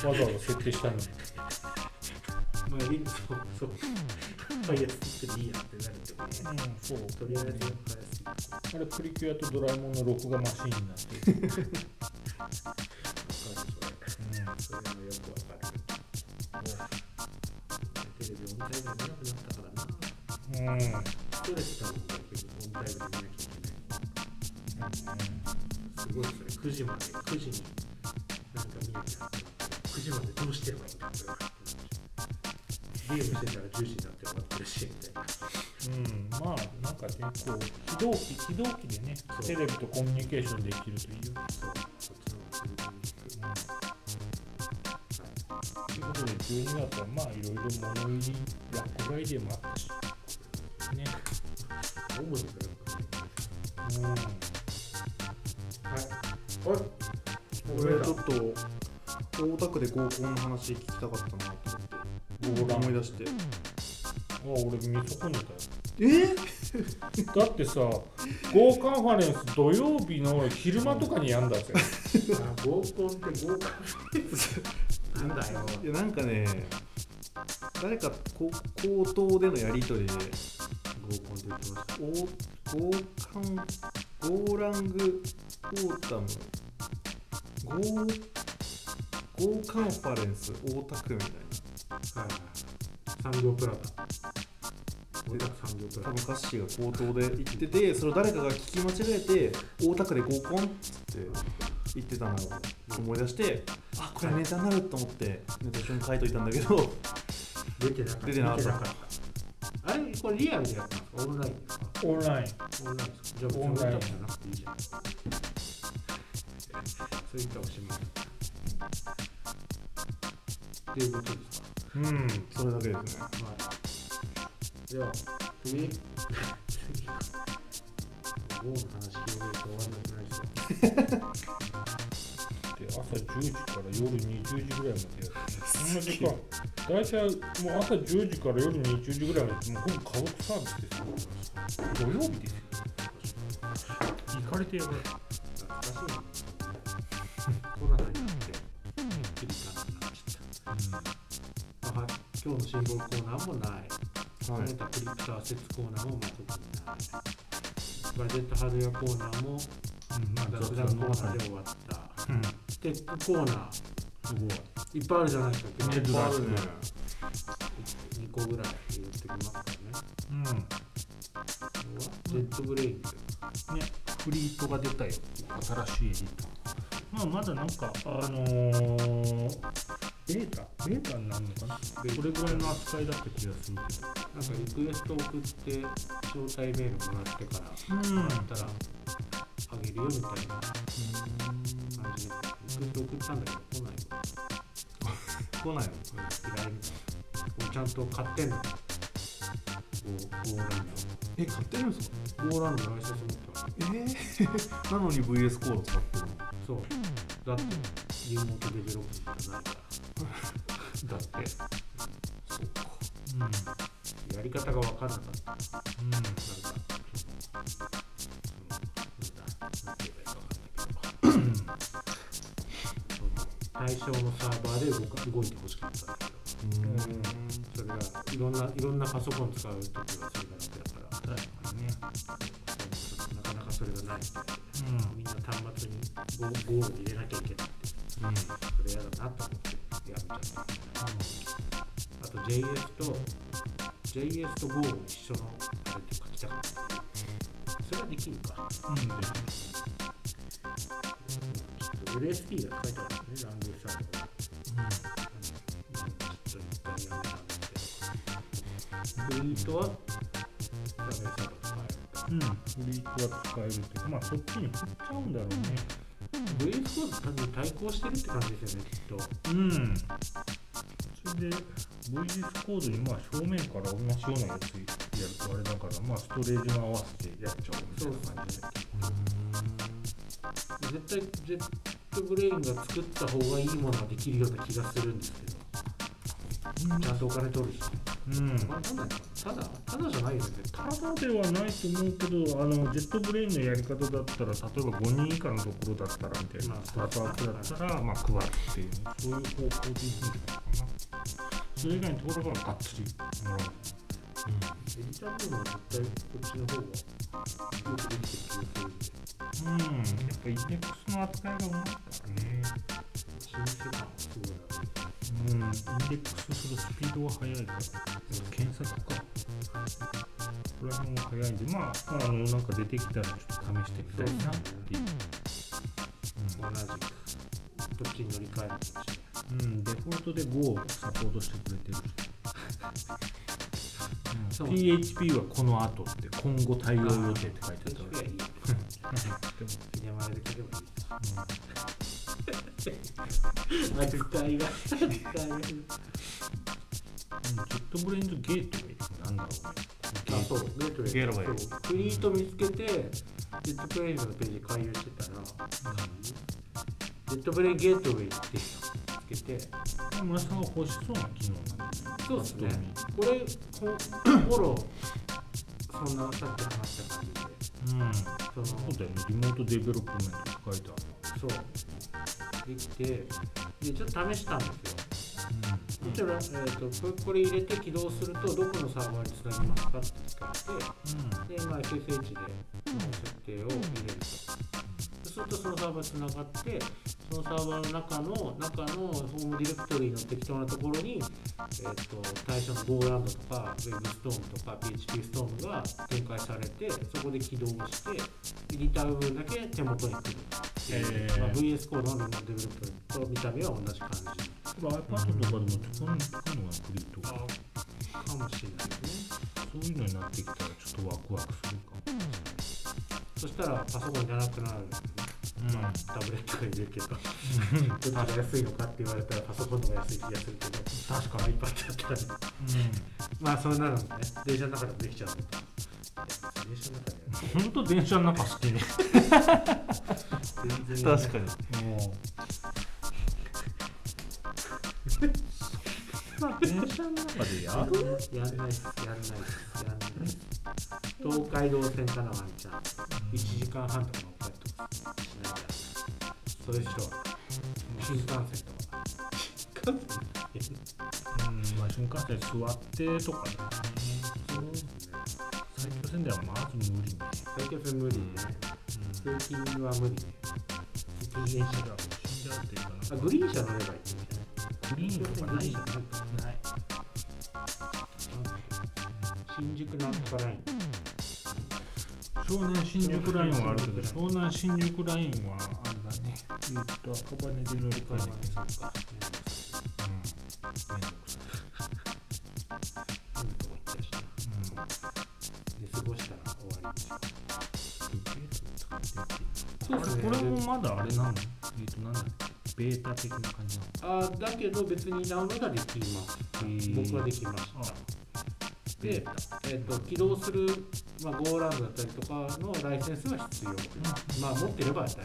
S3: たわざわざ設定したのに
S1: まあいいそうそうファイヤースティックでいいやってなるってことね
S3: うんそう
S1: とりあえずファイヤースティック
S3: あれプリキュアとドラえもんの録画マシーンになってる
S1: わかるそれそれもよくわかるテレビオンタイムで見なくなったからな
S3: うん、うん
S1: ストレスたもんだけどオンタイムで見なきゃいけないすごいですね。9時まで、9時になんか見なきゃ。9時までどうしてればいいんだろう。ゲームしてたら10時になって終わってるし、みたいな。
S3: うん、まあなんかねこう非同期非同期でね
S1: そう
S3: テレビとコミュニケーションできるという、
S1: そう、そっちの方が
S3: うん、ということで12月はまあいろいろ物入り落語外でもあったしね
S1: 主にそれ
S3: うん
S1: はい。
S2: 俺
S1: 俺
S2: ち
S1: ち
S2: ょ
S1: ょ
S2: っと大田区で合コンの話聞きたかったなと思って思い出して
S3: あ俺見損ね
S2: え
S3: たよだってさ GO カンファレンス土曜日の昼間とかにやんだぜ
S1: あ合コンって合コンなんだよ。
S2: いやなんかね誰かこ口頭でのやり取りで
S1: 合コンって言ってました。
S2: おゴーカンゴーラングオータムゴーゴーカンファレンス大田区みたい
S1: はいはい。産業プラザ。俺ら産業プ
S2: な多
S1: ラ
S2: 分カッシーが口頭で言っててそれを誰かが聞き間違えて大田区で合コンっつって言ってたのを思い出してあこれネタになると思ってネタ一緒に書いといたんだけど
S1: ザ。出てなかった。
S2: 出てなかった
S1: た。あれこれリアルでやったんですかオンラインですか
S3: オ
S1: オ
S3: ンライン
S1: ンラインですかじゃあ、オンラインじゃなくていいじゃん。そういったおしまい。っていうことですか。
S3: うん
S2: それだけですね
S1: はい。じゃあ、次。次か。ゴーの話広げると終わらなくなりそう。
S3: で朝10時から夜20時ぐらいまでやってそんな時間大体もう朝10時から夜20時ぐらいまでもうほぼ家族サービスですよ土曜日ですよ行かれてやばい
S1: 懐かしいな。コロナになって、ピリ辛になっちゃった。はい。今日の新聞コーナーもない。
S2: は
S1: 慣れたプリクター説コーナーもまあ特にない。ガジェットハードウェアコーナーも
S3: うんまあ
S1: 雑談コーナーで終わった。
S3: うん
S1: ステックコーナ
S3: すごい
S1: ーいっぱいあるじゃないですか
S3: ね
S2: いっぱいあるね
S1: 2個ぐらい言ってきますからね
S3: うん
S1: ジェットブレイン
S3: フリートが出たよ新しいエディタまあまだなんかあのーベータベータになるのかな
S1: ベータ
S3: これぐらいの扱いだった気がするけど
S1: なんかリクエスト送って招待メールもらってから
S3: うん
S1: もらったらあげるよみたいな感じでリクエスト送ったんだけど来ないわ
S2: 来ないの
S1: 依頼みたいなもうちゃんと買ってんのゴーゴーラン
S2: え買ってるんですか
S1: ドゴーランド来社するってわ
S2: えー なのに VS コード使ってるの
S1: そうだってリモートデベロップじゃないからだって
S2: そうか
S3: うんうん
S1: やり方が分からなかったなんか、なんだ、なんて言えばいいか分かんないけど、対象のサーバーで動か動いてほしかったんだけど、
S2: うん
S1: それがいろんないろんなパソコン使うときはそれが楽だから、
S3: 確かにね
S1: なかなかそれがないみたいで、
S3: うん
S1: みんな端末に Go, Go を入れなきゃいけないって、それ嫌だなと思ってやめちゃった。あと JS と JS と Go を一緒のあれで書きたかった。それはできるか。
S3: うんで
S1: ちょっと LSP が書いてあるんですね、ランゲージサーバーちょっと一回やめたんですけど。フリートはランゲージサーバー使
S3: うん、フリートは使えるっていうかまあそっちに振っちゃうんだろうね
S1: える。VS コードに対抗してるって感じですよね、きっと。
S3: うんで VS コードにまあ正面から同じようなやつやるとあれだからまあストレージも合わせてやっちゃおうみたいな感じで
S1: 絶対ジェットブレインが作った方がいいものができるような気がするんですけど、ちゃんとお金取るし、
S3: うん
S1: まあ、なんなんだろうただただじゃないよね絶対
S3: ただではないと思うけどあのジェットブレインのやり方だったら例えば5人以下のところだったらみたいな
S1: まあ
S3: スタートアップだったら、まあ、配るっていうそういう方向でいいんじゃないかなそれ以外のところからがっつりもらう
S1: エディター部分は絶対こっちの方がよくできてる気がす
S3: うん、やっぱインデックスの扱いがうまいからね。
S1: るんで老舗感はすごいある
S3: うん、インデックスするスピードが速いから、検索か。これはもう速いんで、まあ、まあ、あの、なんか出てきたら、ちょっと試してみたいなっていう。
S1: 同じくどっちに乗り換えるかもし
S3: うん、うんデフォルトで Go をサポートしてくれてる。
S1: そう
S3: PHP はこの後って今後対応予定って書いてあった
S1: れ
S3: か
S1: ない PHP はいいよひねまれで書けばいいあ絶対が絶対が
S3: らでもうんジェットブレインドゲートウェイってなんだろうね
S1: あそうゲートウェイ
S2: ゲートウェイ
S1: そうツイート見つけてジェットブレインのページ回遊してたらジェットブレインゲートウェイって見つけて
S3: でも村さんが欲しそうな機能なんで
S1: そうですねこれこフォローそんなさっき話した感じで
S3: うん
S1: その
S3: そうだよね、リモートデベロップメントって書いて
S1: そうできてでちょっと試したんですよ
S3: あるな。
S1: そしたら、えー、とこれこれ入れて起動するとどこのサーバーにつなぎますかって聞かれて
S3: う
S1: で、まあ、SSH で設定を入れると。そうするとそのサーバーつながって、そのサーバーの中の中のホームディレクトリの適当なところに、えっと対象の GoLand とか WebStorm とか PHPStorm が展開されて、そこで起動して、エディター部分だけ手元に来るっていう
S3: へー
S1: まあ、VS コードのデベロップと見た目は同じ感じ
S3: ん。やっぱ iPad とかでも手本に書くのがクリート。
S1: かもしれないですね。
S3: そういうのになってきたらちょっとワクワクするか。
S1: そしたらパソコンじゃなくなるんですね。
S3: うん。ま
S1: タブレットがいるけど、どっちが安いのかって言われたらパソコンの方が安い気がするけど、確か iPad だったらね、まあそんなのもね、電車の中でもできちゃうのか。電車の中では
S3: あ、ほんと電車の中好きね。
S1: 全然、
S2: 確かに。
S3: もう。電車の中でやる
S1: やんないです、やんないです、やんないです。東海道線からワンチャン、1時間半とかのお帰りとかしないから、それ以上、新幹線とか。新幹線
S3: うん、まあ、新幹線座ってとかね。
S1: そうですね。
S3: 最強線ではまず無理ね。
S1: 対決無理ね。通勤は無理ね。通勤電車だ。
S3: 死んじゃうっていうか
S1: あ
S3: な。
S1: グリーン車乗ればいいんじ
S3: グリーンと
S1: ゃ
S3: か
S1: ないグ
S3: な
S1: リー
S3: い
S1: ン
S3: じ
S1: 車なんか新宿な
S3: ゃない。
S1: んとかライン
S3: 湘南新宿ラインはあるけど、湘南新宿ラインはあれだね。えっと、赤羽で乗り換えてく
S1: とか
S3: うん。めん
S1: 何
S3: どくさ
S1: とか行ったし
S3: い。
S1: 寝過ごしたら終わりです
S3: うん。そうそう、これも
S1: で
S3: まだあれなのえっと、なんだっけベータ的な感じなの
S1: あだけど別にダウンロードはできます
S3: ー
S1: 僕はできまし
S3: あ
S1: たで、えっと起動する、まあ、GO ランドだったりとかのライセンスは必要、まあ持ってれば大丈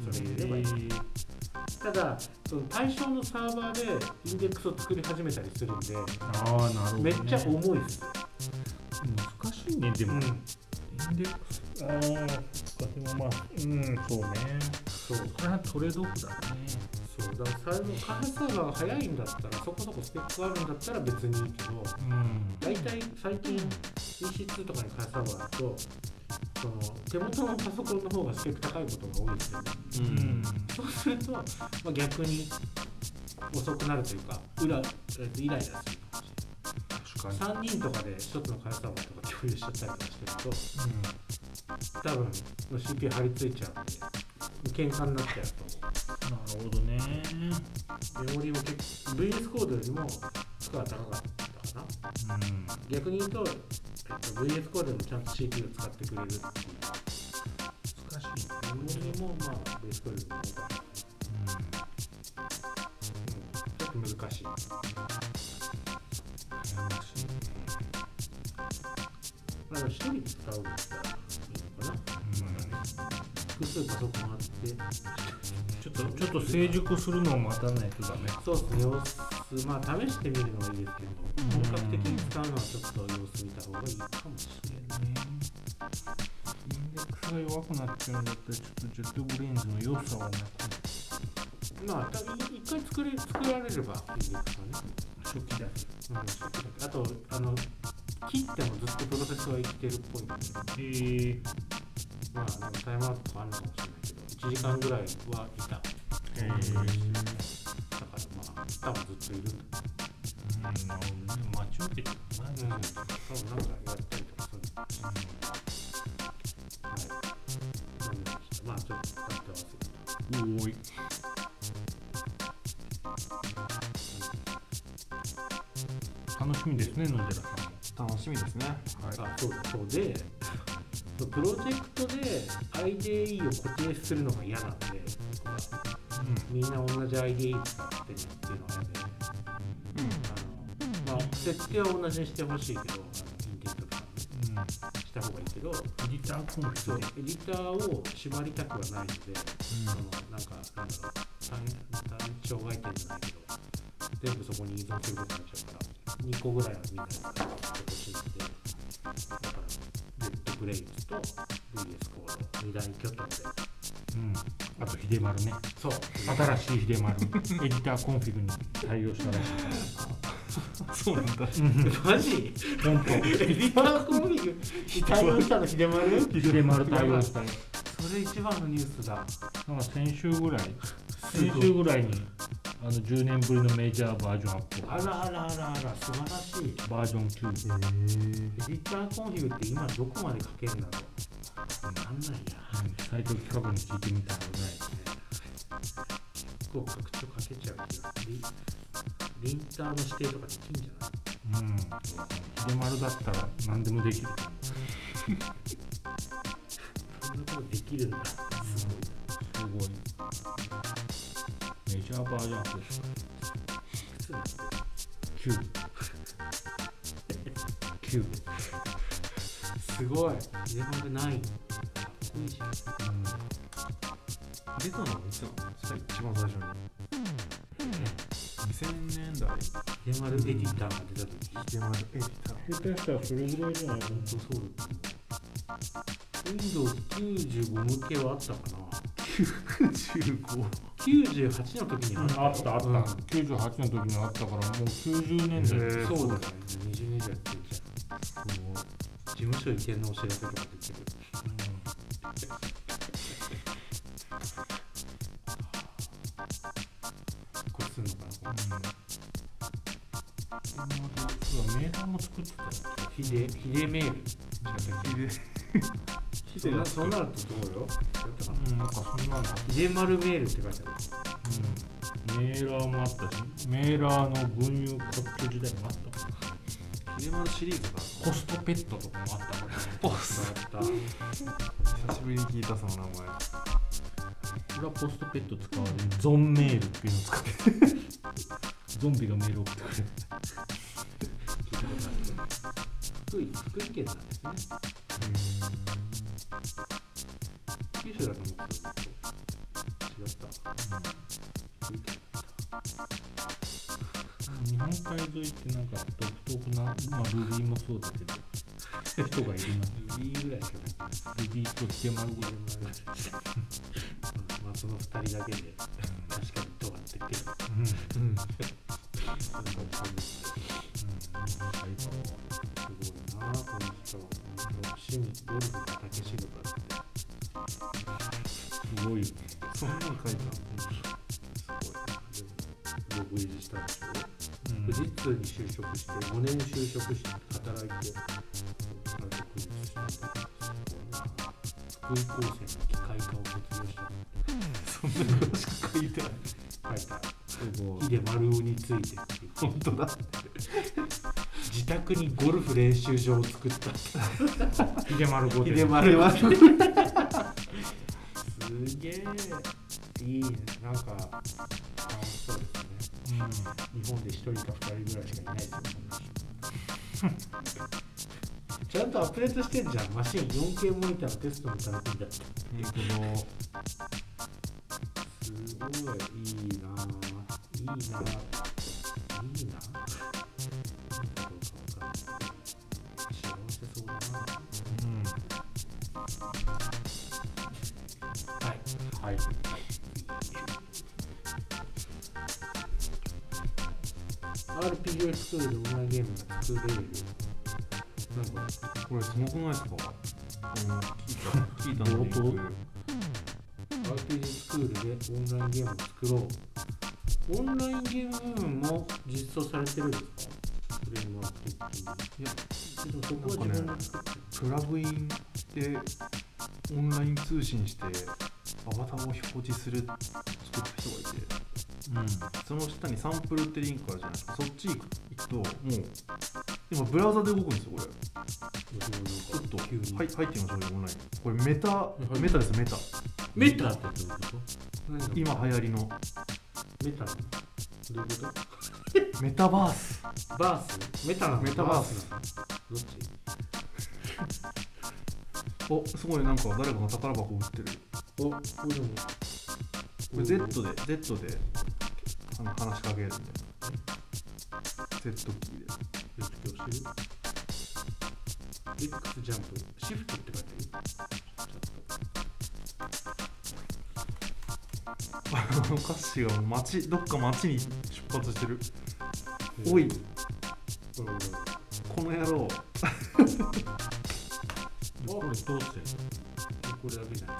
S1: 夫それ入れればいいただその対象のサーバーでインデックスを作り始めたりするんで
S3: ああ、なるほど、ね。
S1: めっちゃ重いです、
S3: 難しいね、でも。インデックス。ああ、そっか、でもまあ、うん、そうね。
S1: そう
S3: これはトレードオフだね。
S1: そうだから最後開発サーバーが早いんだったらそこそこスペックがあるんだったら別にいいけど
S3: うん。
S1: 大体最近 EC2 とかに開発サーバーだとその手元のパソコンの方がスペック高いことが多いですよね
S2: う
S3: うん。
S1: そうすると、まあ、逆に遅くなるというか裏、えーとイライラするかもし
S3: 確か
S1: れな
S3: に。
S1: い3人とかで1つの開発サーバーとか共有しちゃったりとかしてると多分の CPU 張り付いちゃうんで喧嘩になっちゃうと思う
S3: なるほどね。
S1: メモリも結構 VS コードよりも負荷が高かったかな
S3: うん。
S1: 逆に言うと、えっと、VS コードもちゃんと CPU を使ってくれるっていう
S3: 難しい。
S1: メモリもまあ VS コードよりも多かった、
S3: う
S1: うん、ちょっと難しいあの一人で使うんだったらいいのかな複数パソコンあって
S3: ちょっとちょっと成熟するのを待たないとダメ
S1: そうですね様子まあ試してみるのはいいですけ
S3: うん
S1: ど本格的に使うのはちょっと様子見た方がいいかもしれない
S3: インデックスが弱くなっちゃうんだったらちょっとジェットブレインズの良さはなく
S1: まあた一回作れ作られればいいですかね、
S3: 初期だけ
S1: うんあとあの切ってもずっとプロセスは生きてるっぽいので
S3: えー、
S1: まあなんかタイムアウトとかあるのかもしれないけど1時間ぐらいはいただか
S3: えー
S1: らまあ多分ずっといるんだ
S3: うん、なるほどね。待ち受けてるな
S1: うん、多分なんかやったりとかするんだはいなんでしたまあちょっと使ってますよ
S3: うん、おい。楽しみですね、野寺さんも。
S2: 楽しみですね。
S1: あそうだそうでプロジェクトで IDE を固定するのが嫌なんで僕はみんな同じ IDE 使ってるっていうのが嫌であの、まあ、設定は同じにしてほしいけどあのインデットとかね
S3: うん。うん。エ
S1: した方がいいけど
S3: ディターコンフ
S1: そう
S3: ィ
S1: エデ
S3: で。
S1: ィターを縛りたくはないので、そのなんかなんだろう単単障害点じゃないけど全部そこに依存することになっちゃうから2個ぐらいはみんなに使ってほしいのでだからレッドブレイズと VS コード2大巨頭で
S3: うん。あと、秀丸ね。
S1: そう
S3: 新しい秀丸。エディターコンフィグに対応したらし
S2: そうなんだ。
S1: マジ
S3: い。本
S1: エディターコンフィグ対応したの秀丸
S3: 当。秀丸対応したら。
S1: それ一番のニュースだ
S3: なんか先週ぐらい、
S1: すごい
S3: 先週ぐらいに、あの10年ぶりのメジャーバージョンアップ
S1: あらあらあらあら素晴らしい
S3: バージョン9。
S2: へえ。
S1: エディターコンフィグって今どこまで書けるんだろうわかんないや
S3: サイト企画に聞いてみたらね、
S1: 結構拡張かけちゃう気がリリンターの指定とかできんじゃない
S3: うん、秀丸だったら何でもできる。
S1: そんなことできるんだすごい
S3: すごい。メジャーバージョンアップです。
S1: 普通なんて
S3: 9。9。
S1: すごい入れ物がないかっこいいじゃん
S2: 出たのはいつなの一番最初に。2000年代。
S1: 入れ丸エディターが出た時
S2: ヒデマルエディター。
S3: 下手したらそれぐらいじゃない
S1: 本当そうだと思う Windows95 向けはあったかな
S2: 15。
S1: 98の時に
S3: あったあった、
S1: うん
S3: 98の時にあったからもう90年
S2: へ
S3: 代
S2: ー
S1: そうだよね20年代やってるじゃん事務所移転のお知らせとかできるこれすんのかな
S3: うん、メーカーも作ってたよ
S1: ヒデヒデメール
S2: ヒ
S1: ヒデそんなのってどうよだったかな
S3: うん、なんかそんなのあった
S1: ヒデ丸メールって書いてある
S3: メーラーもあったし、メーラーの群雄割拠時代もあったから
S2: デヒデマルシリーズだ。
S3: ホストペットとかもあったから、
S2: ポ
S1: あった
S2: 久しぶりに聞いたその名前。
S3: 俺はホストペット使われるゾンメールっていうのを使ってるゾンビがメール送ってくれる
S1: 聞いたことある福井福井県なんですね九州だと思ってたんだけど違った福井県
S3: 日本海沿いってなんか独特な、まあ、ルビーもそうだけど人がいるな
S1: ルビーぐらいしかない
S3: ルビーとヒデマル
S1: ヒ
S3: ぐ
S1: デ
S3: らい
S1: 丸まあその二人だけで確かにドアってるけど
S3: うん日
S2: うん。
S1: そんな感じです
S3: 本海側は
S1: すごいなあこの人。本当趣味ゴルフの竹仕事だって。
S3: すごいよね
S2: そんなの書いたの
S1: すごいな。でも独立したんでしょ。
S3: う
S1: 富
S3: ん
S1: 士通に就職して5年就職して働いて。そこから独立したんだ。すごいな。福井高専の機械科を卒業したって
S2: そんな詳しく書いてない。
S1: 書いてある。
S3: すごい
S1: ヒデ丸尾についてっていう
S2: 本当だ。
S1: 自宅にゴルフ練習場を作ったって。
S3: ヒデマル語
S1: ヒ
S3: で
S1: デマルは。すげえ。いいね。なんか、楽しそうですね。
S3: うん
S1: 日本で一人か二人ぐらいしかいないですよ、こんな人ちゃんとアップデートしてんじゃんマシン 4K モニターのテストのためにだって
S2: えこの
S1: すごいいいなぁいいなぁいいなぁなんだろうかわかんない幸せそうだなぁ
S2: うん
S1: はい。はい。RPG を作るでオンラインゲームが作れる。なんか、
S2: これすごくないですか聞いた聞いたの
S1: 冒頭 RPG スクールでオンラインゲームを作ろう。オンラインゲーム部分も実装されてるんですかフレームワーク的に。
S2: いや
S1: でもそこは自分で作ってる。
S2: プラグインってオンライン通信してアバターを表示する作った人がいてその下にサンプルってリンクあるじゃないですかそっち行く行くともう今ブラウザで動くんですよこれち
S1: ち
S2: ょっと
S1: 急に。
S2: はい、入ってみましょうよオンラインこれメタメタですメタ
S1: メタってどういうこと何が
S2: 今流行りの
S1: メタなのどういうこと
S2: メタバース
S1: バースメタなの
S2: メタバース
S1: なのどっち
S2: おすごいなんか誰かが宝箱売ってる
S1: お、これでも。
S2: これ Z で Z であの話しかけるんで Z キーで
S1: よく教える X ジャンプ、シフトって書いてる
S2: あの歌詞が街どっか街に出発してるおい
S1: うんこれ
S2: この野郎
S3: これどうしてんの
S1: これだけじゃない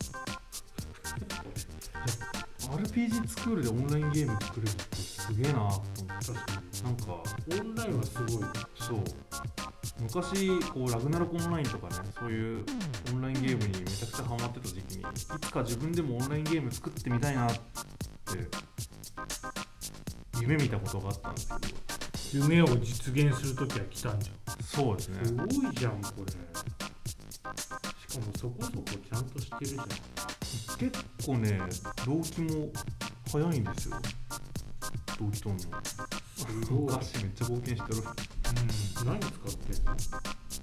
S2: RPG 作るでオンラインゲーム作れるってすげえなと思って
S1: 確か
S2: なんか
S1: に。オンラインはすごい。
S2: そう昔こうラグナロクオンラインとかねそういうオンラインゲームにめちゃくちゃハマってた時期にいつか自分でもオンラインゲーム作ってみたいなって夢見たことがあったんですけど
S3: 夢を実現するときは来たんじゃ
S2: そうですね
S1: すごいじゃん、これ。しかもそこそこちゃんとしてるじゃん。
S2: 結構ね動機も早いんですよ動機とんの
S1: すごい。
S2: 歌詞めっちゃ冒険してる
S3: ん
S1: 何使ってんの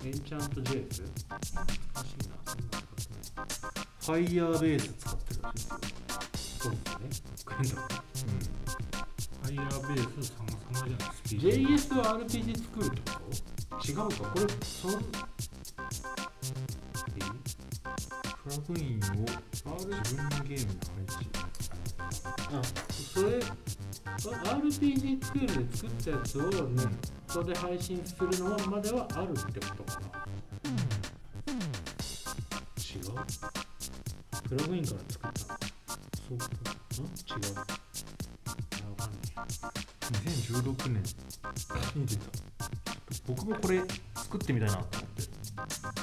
S1: エンチャント JS? 難しいな、そんなの使ってない。
S2: ファイヤーベース使ってるらしいで
S1: そうですね。
S2: すよ、うん
S3: ファイヤーベース様々じゃないスピード
S1: JS は RPG 作るってこと違うかこれその
S2: プラグインを自分のゲームに配置
S1: あそれあ RPG 作るで作ったやつをネットで配信するのまではあるってことかな違うプラグインから作ったそうかん違うあわかんない
S2: 2016年に出た僕もこれ作ってみたいなと思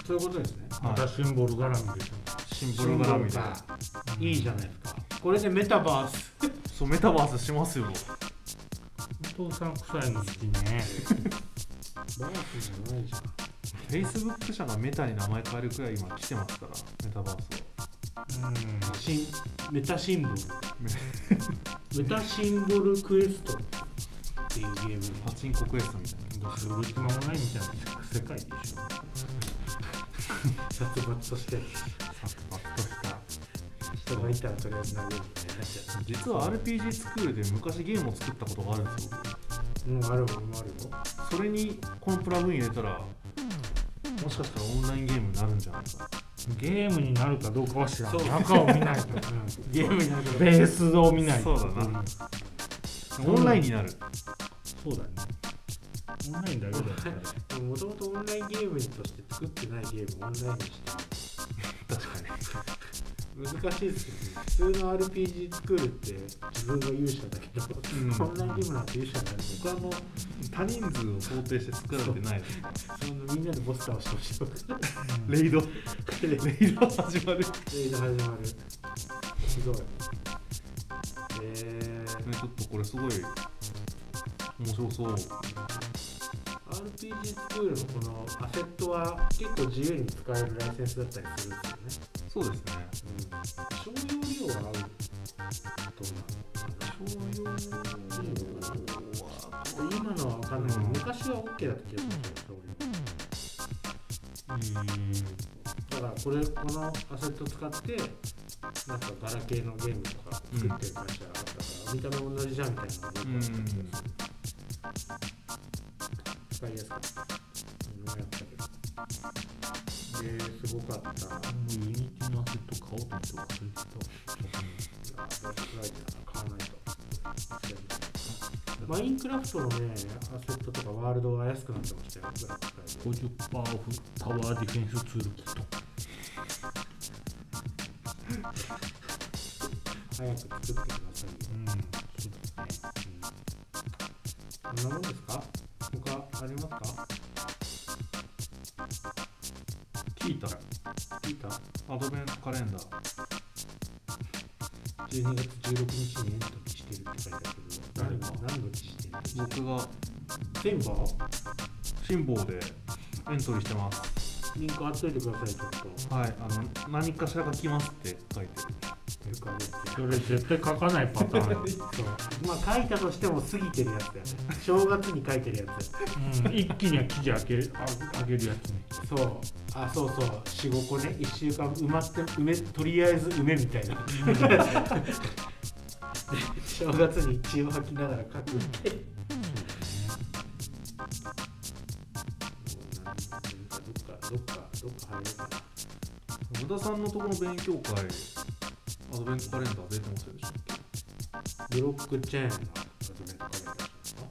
S1: そういうことですね
S3: ま
S2: って、
S3: たシンボル絡みでしょ
S2: シンボル絡みで
S1: いいじゃないですかこれでメタバース
S2: そうメタバースしますよ
S3: お父さん臭いの好きね
S1: バースじゃないじゃん
S2: Facebook 社がメタに名前変えるくらい今来てますからメタバース
S3: う
S1: 新メタシンボル
S2: メ
S1: メタシンボルクエストっていうゲームに
S2: はパチンコクエストみたいなん
S3: どうせ売る暇もないみたいな世界でしょ
S1: 殺伐として人がいたらとりあえず投げるみたいになっちゃ
S2: 実は RPG スクールで昔ゲームを作ったことがあるんですよ
S1: ううんあるもんもあるよ
S2: 僕それにこのプラグイン入れたらもしかしたらオンラインゲームになるんじゃないか
S3: ゲームになるかどうかは知らん
S1: そう
S3: 中を見ないと
S1: ゲームになる
S3: ベースを見ない
S2: そ
S3: と
S2: うだな、
S1: うん
S2: オンラインになる
S3: そうだねオンラインだけだった
S1: で
S3: ら
S1: もともとオンラインゲームとして作ってないゲームをオンラインにして
S2: 確かに
S1: 難しいですけどね普通の RPG 作るって自分が勇者だけど、
S2: うん
S1: オンラインゲームなんて勇者なんで他の
S2: 多人数を想定して作られてないですから
S1: そのみんなでボス倒してほしいとか
S2: レイド
S1: で
S2: レイド始まるち
S1: レイド始まるすごいえー、
S2: ょっとこれすごい面白そう
S1: RPG スクールのこのアセットは結構自由に使えるライセンスだったりするんですよね、
S2: そうですね
S1: うん、商用利用は合うど
S2: 商用は
S1: うなの今のは分かんないけど、
S2: うん
S1: 昔は OK だった気がするんですよ商だからこれこのアセット使ってなんかガラケーのゲームとか作ってる会社があったから、見た目同じじゃんみたいなのが
S2: うん
S1: 使いやすかったのをやったけどですごかったな
S3: うユニティのアセット買おうと思って忘れて
S1: あブラックライト買わないとマインクラフトのねアセットとかワールドは安くなってましたよブラックライト
S3: た50%オフタワーディフェンスツールキット
S1: 早く作ってくださいよ
S3: うんそうですね
S1: こんなもんですか他ありますか
S2: 聞いた
S1: 聞いた
S2: アドベントカレンダー
S1: 12月16日にエントリーしてるって書いてあるけど、
S2: 誰が
S1: 何の日してるの
S2: 僕が
S1: センバー
S2: 辛抱でエントリーしてます
S1: リンク貼っといてください、ちょっと。
S2: はいあの何かしら書きますって書いて
S1: よくあるや
S3: それ絶対書かないパターン
S1: つそうまあ書いたとしても過ぎてるやつだよね。正月に書いてるやつ。
S3: うん一気には記事開けるあ開けるやつね
S1: そう。あ、そうそう。4、5個ね。1週間埋まって、埋め、とりあえず埋めみたいな。正月に血を吐きながら書くって。もうなんかどっか、どっか、どっか入ろうかな。
S2: る野田さんのとこの勉強会アドベントカレンダー出てますよでしょ
S1: ブロックチェーンのアドベントカレンダーですか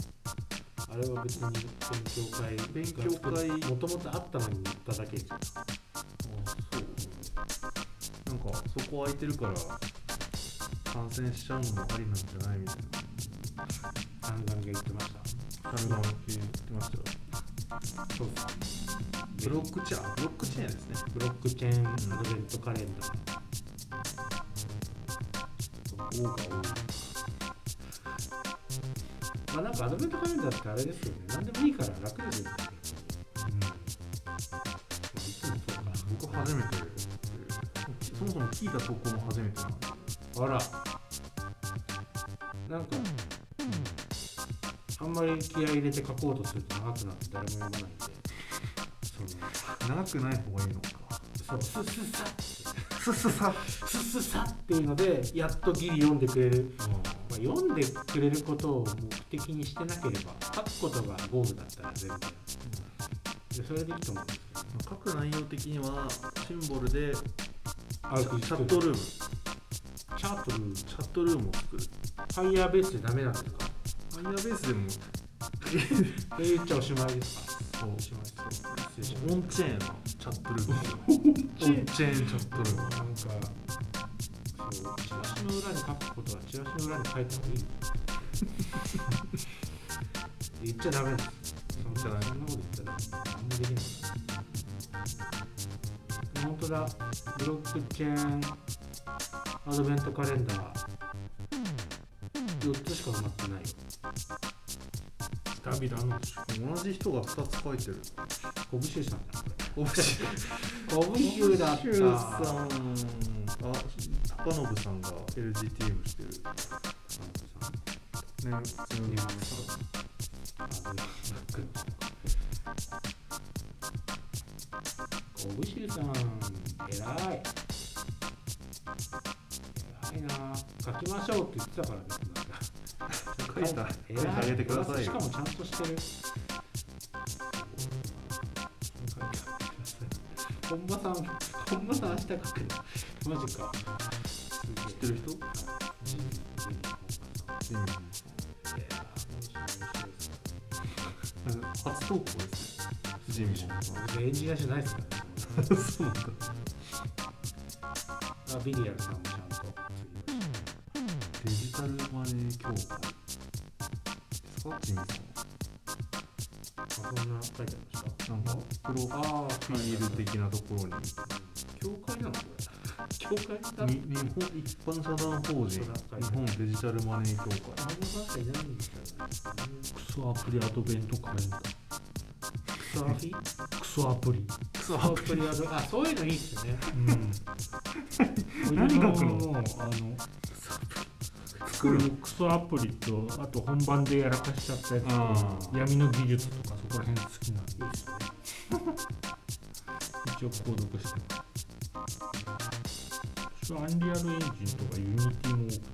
S1: あれは別に勉強会
S2: 勉強会
S1: もともとあったのに乗っただけじゃん
S2: あそうなんかそこ空いてるから感染しちゃうのもありなんじゃないみたい
S1: 弾丸が言ってました
S2: なカルガン系言ってましたよ
S1: そうか
S2: ブロックチェーンブロックチェーンですね
S1: ブロックチェーンアドベントカレンダー、
S2: 王が多い
S1: まあなんかアドベントカレンダーってあれですよね何でもいいから楽ですよね、まあいつもそう
S2: 僕初めてそもそも聞いた投稿も初めてなんで
S1: かあらなんかあんまり気合い入れて書こうとすると長くなって誰も読まないんでその
S2: 長くない方がいいのか
S1: そうススサッ
S2: すすさ
S1: ススサッっていうのでやっとギリ読んでくれる、まあ、読んでくれることを目的にしてなければ書くことがゴールだったら全然でそれでいいと思うんですけど
S2: 書く内容的にはシンボルで
S1: あ
S2: チ
S1: チ
S2: ャチャ
S1: ャ
S2: ッ
S1: ット
S2: ト
S1: ル
S2: ルームチ
S1: チャートルー
S2: ャットルームを作る
S1: ファイヤーベースでダメなんですか
S2: ファイヤーベースでも
S1: それ言っちゃおしまいですか
S2: そう
S1: おしまいです失礼し
S2: オンチェーンのチャットルーム
S1: チェーン
S2: オンチェーンチャットルーム
S1: なんかそうチラシの裏に書くことはチラシの裏に書いた方がいい 言っちゃダメですそんなそんなこと言ったら何もできないから本当だブロックチェーンアドベントカレンダー4つしか埋まってないよ
S3: 下火だのでしょ
S2: 同じ人が2つ書いてる
S1: コブシュウさんだこ
S2: オブシ
S1: れコブシュウだった
S2: シュウさんあ高信さんが LGTM してるね
S1: うん
S2: ね
S1: あブラック小ぶしゅさん、偉い。偉いな。書きましょうって言ってたからね。
S2: 書いた書いてあげてください
S1: し
S2: よ
S1: かもちゃんとしてる。本間さん、本間さん明日書くの。マジか。
S2: 知ってる人
S1: ジミージミー本間さんいやー面白い
S2: 初投稿ですねジミーさんは
S1: エンジニアじゃないですからね。
S2: そうなんだ
S1: あ、ビリアルさんもちゃんと。
S2: デジタルマネー協会ですかジミーさ
S1: あ、そんな書いてありました。
S2: んなんかプロフ
S1: ああ、
S2: ィール的なところに
S1: 教会なのこれ。教会だ。
S2: に日本一般社団法人日本デジタルマネー協会
S1: あんま確かにないんですよね。
S3: クソアプリアドベントカレンダー
S1: クソアピク
S3: クソアプリ
S1: ソアプリアド。あ、そういうのいいっすよね。
S3: うん、
S2: 何書くの
S3: もうあの作るクソアプリとあと本番でやらかしちゃったやつ
S2: あ
S3: と闇の技術とかそこら辺好きなんで
S1: いいっすね。
S3: 一応購読してます私はアンリアルエンジンとかユニティも多くて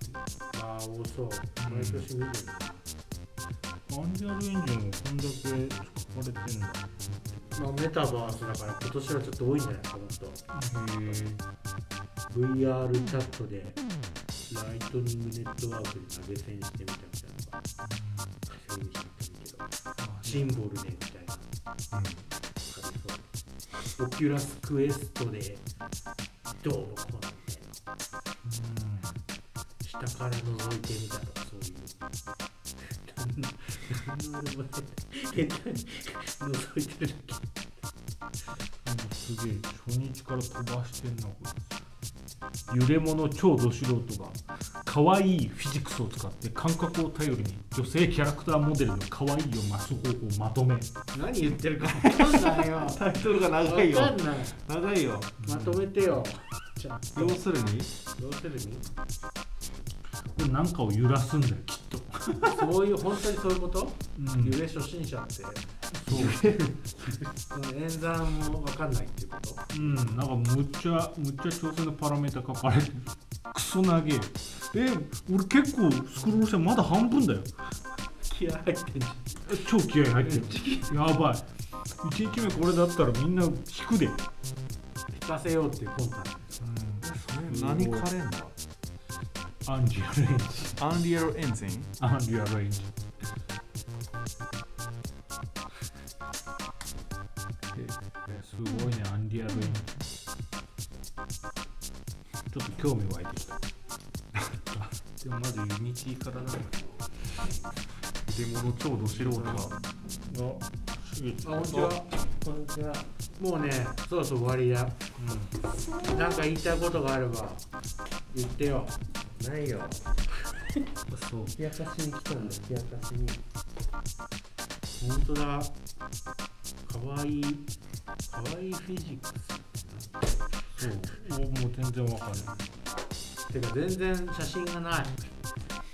S1: ああ多そう毎年見るよ
S3: アンリアルエンジンがこんだけ使われてんだ
S1: まあ、メタバースだから今年はちょっと多いんじゃないかなと
S2: へえ
S1: VR チャットでライトニングネットワークに投げ銭してみたみたいなのが稼ぎにしてたけどシンボルでみたいなオキュラスクエストでどうのこうのみたいな下から覗いてみたとかそういう何のあれもね携帯覗いてるだけ
S3: うんすげえ初日から飛ばしてんなこれ揺れ物超ど素人が可愛いフィジクスを使って感覚を頼りに女性キャラクターモデルの可愛いを増す方法をまとめ
S1: 何言ってるか分かんないよ
S2: タイトルが長い
S1: 分
S2: よ
S1: かんない
S2: 長いよ
S1: まとめてよじゃあ
S2: 要するに
S1: 要するに
S3: これなんかを揺らすんだよきっと、
S1: そういう本当にそういうこと、
S3: うん
S1: ゆえ初心者って
S3: そう
S1: その演算も分かんないっていうこと
S3: うんなんかむっちゃむっちゃ挑戦のパラメータ書かれてるクソ長ええ俺結構スクロールしてまだ半分だよ
S1: 気合入ってんじゃん
S3: 超気合入ってるやばい1日目これだったらみんな引くで
S1: 引かせようっていう魂胆
S2: それ何カレンダー
S3: アンリアルエンジン
S2: アンリアルエンジン
S3: アンリアルエンジンえすごいねアンリアルエンジンちょっと興味湧いてき たでもまずユニティからだか
S2: 出物超ど素人が
S3: らあすげえ
S1: あ、こんにちは。こんにちは。もうね、そろそろ終わりだ。なんか言いたいことがあれば言ってよ。ないよ。
S3: そう
S1: 冷やかしに来たんだ。冷やかしに。本当だ。かわいい。かわいいフィジック
S3: そうおもう全然わかんない
S1: ス。てか全然写真がない。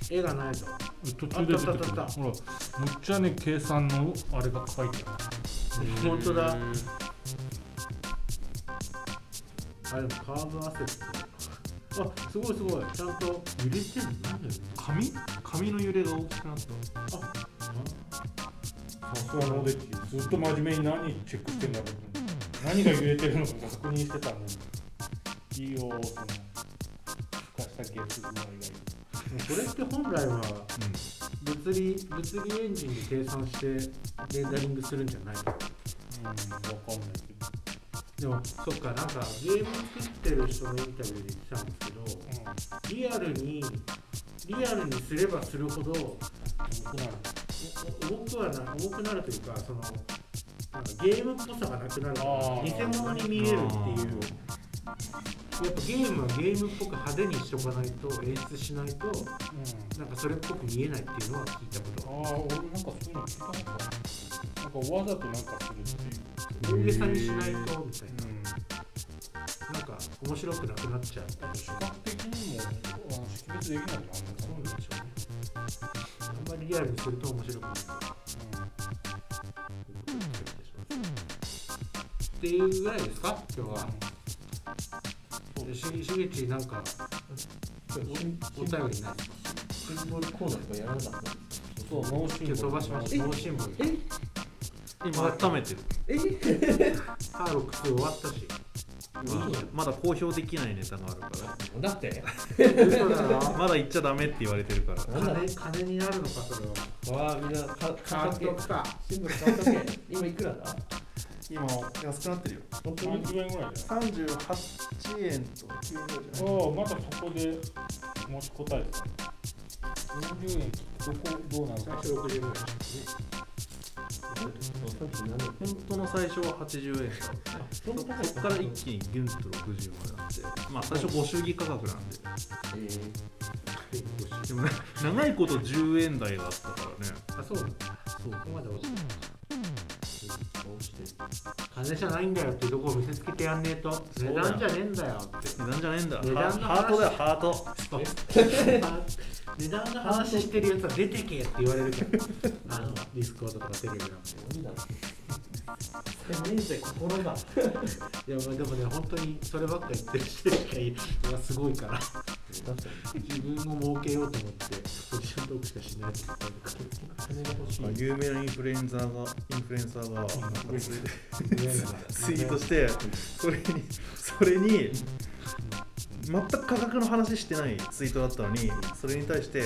S1: 絵がないと。
S3: 途中で出て
S1: あっ
S3: く
S1: たあ
S3: る
S1: ったあった
S3: ほらむっちゃね計算のあれが書いてある
S1: 本当だ。あ、でもカーブアセット。あ、すごいすごい。ちゃんと揺れてるのなんだよね。
S2: 紙紙の揺れが大きくなった
S3: さすがノデッチずっと真面目に何チェックしてんだろうと何が揺れてるのか確認してたんだけどいいよそのふかしたゲス具合がいい
S1: これって本来は物理物理エンジンで計算してレンダリングするんじゃないの
S3: うんわかんないけ
S1: で
S3: ど
S1: もそっかなんかゲーム作ってる人のインタビューで言ってたんですけどリアルにリアルにすればするほど
S3: 重くなる
S1: おお重くはな重くなるというかそのなんかゲームっぽさがなくなる
S3: あー
S1: 偽物に見えるっていうやっぱゲームはゲームっぽく派手にしとかないと演出しないとなんかそれっぽく見えないっていうのは聞いたこと
S3: ああ俺なんかそういうの聞いたことあるなんかわざとなんかするっていう
S1: 大げさにしないとみたいな。
S3: うん
S1: なんか面白くなくなっちゃう。
S3: あと視覚的にもあの識別できないじゃんあんな
S1: そうなんでしょうね。あんまりリアルにすると面白くないっていうぐらいですか今日は。でししげちなんかおお便りないですか
S4: シンボルコーナーとかやらなかったんです
S3: そう脳シン
S1: 今日飛ばしました。脳新聞。
S2: 今温めてる
S4: え
S1: ハーロックス終わったし。
S2: まあまだ公表できないネタがあるか
S4: だって
S1: 嘘だろ
S2: らまだ言っちゃダメって言われてるから
S4: なんだ
S1: 金金になるのかそれは。
S4: わあみんなか
S1: 監
S4: 買っ
S1: 督か。
S4: シンボル買ったけ今いくらだ
S2: 今安くなってるよ
S4: 本当に
S3: 30円ぐらいじゃない
S2: 38円と9円じ
S3: ああまだそこで持ちこたえてた40円どこどうなの
S1: 最
S3: か
S1: 初六十ぐらいでしたね。
S2: 本当の最初は80円だったねそこから一気にギュンと60までなってまあ最初ご祝儀価格なんで
S4: えー
S2: でもね長いこと10円台だったからね
S1: あそうなんだ。
S2: そう
S1: ここまで落ちてる。
S4: どうして
S1: 金じゃないんだよってとこを見せつけてやんねえと
S2: うだ
S1: 値
S2: よ
S1: 段じゃねえんだよって。
S2: 値段じゃねえんだ
S1: 値段の話
S2: ハートだよハート
S1: 値段の話してるやつは出てけって言われるからあのディスコードとかテレビなんで
S4: 無理だってせめぜ心が。
S1: いやまあでもね本当にそればっか言ってる人しかいがすごいから
S4: 確か
S1: 自分を儲けようと思ってポジショントークしかしないって言ったか
S4: 金が欲しい。
S2: 有名なインフルエンザーがインフルエンサーがツ
S1: ら
S2: イートしてそれにそれに全く価格の話してないツイートだったのにそれに対して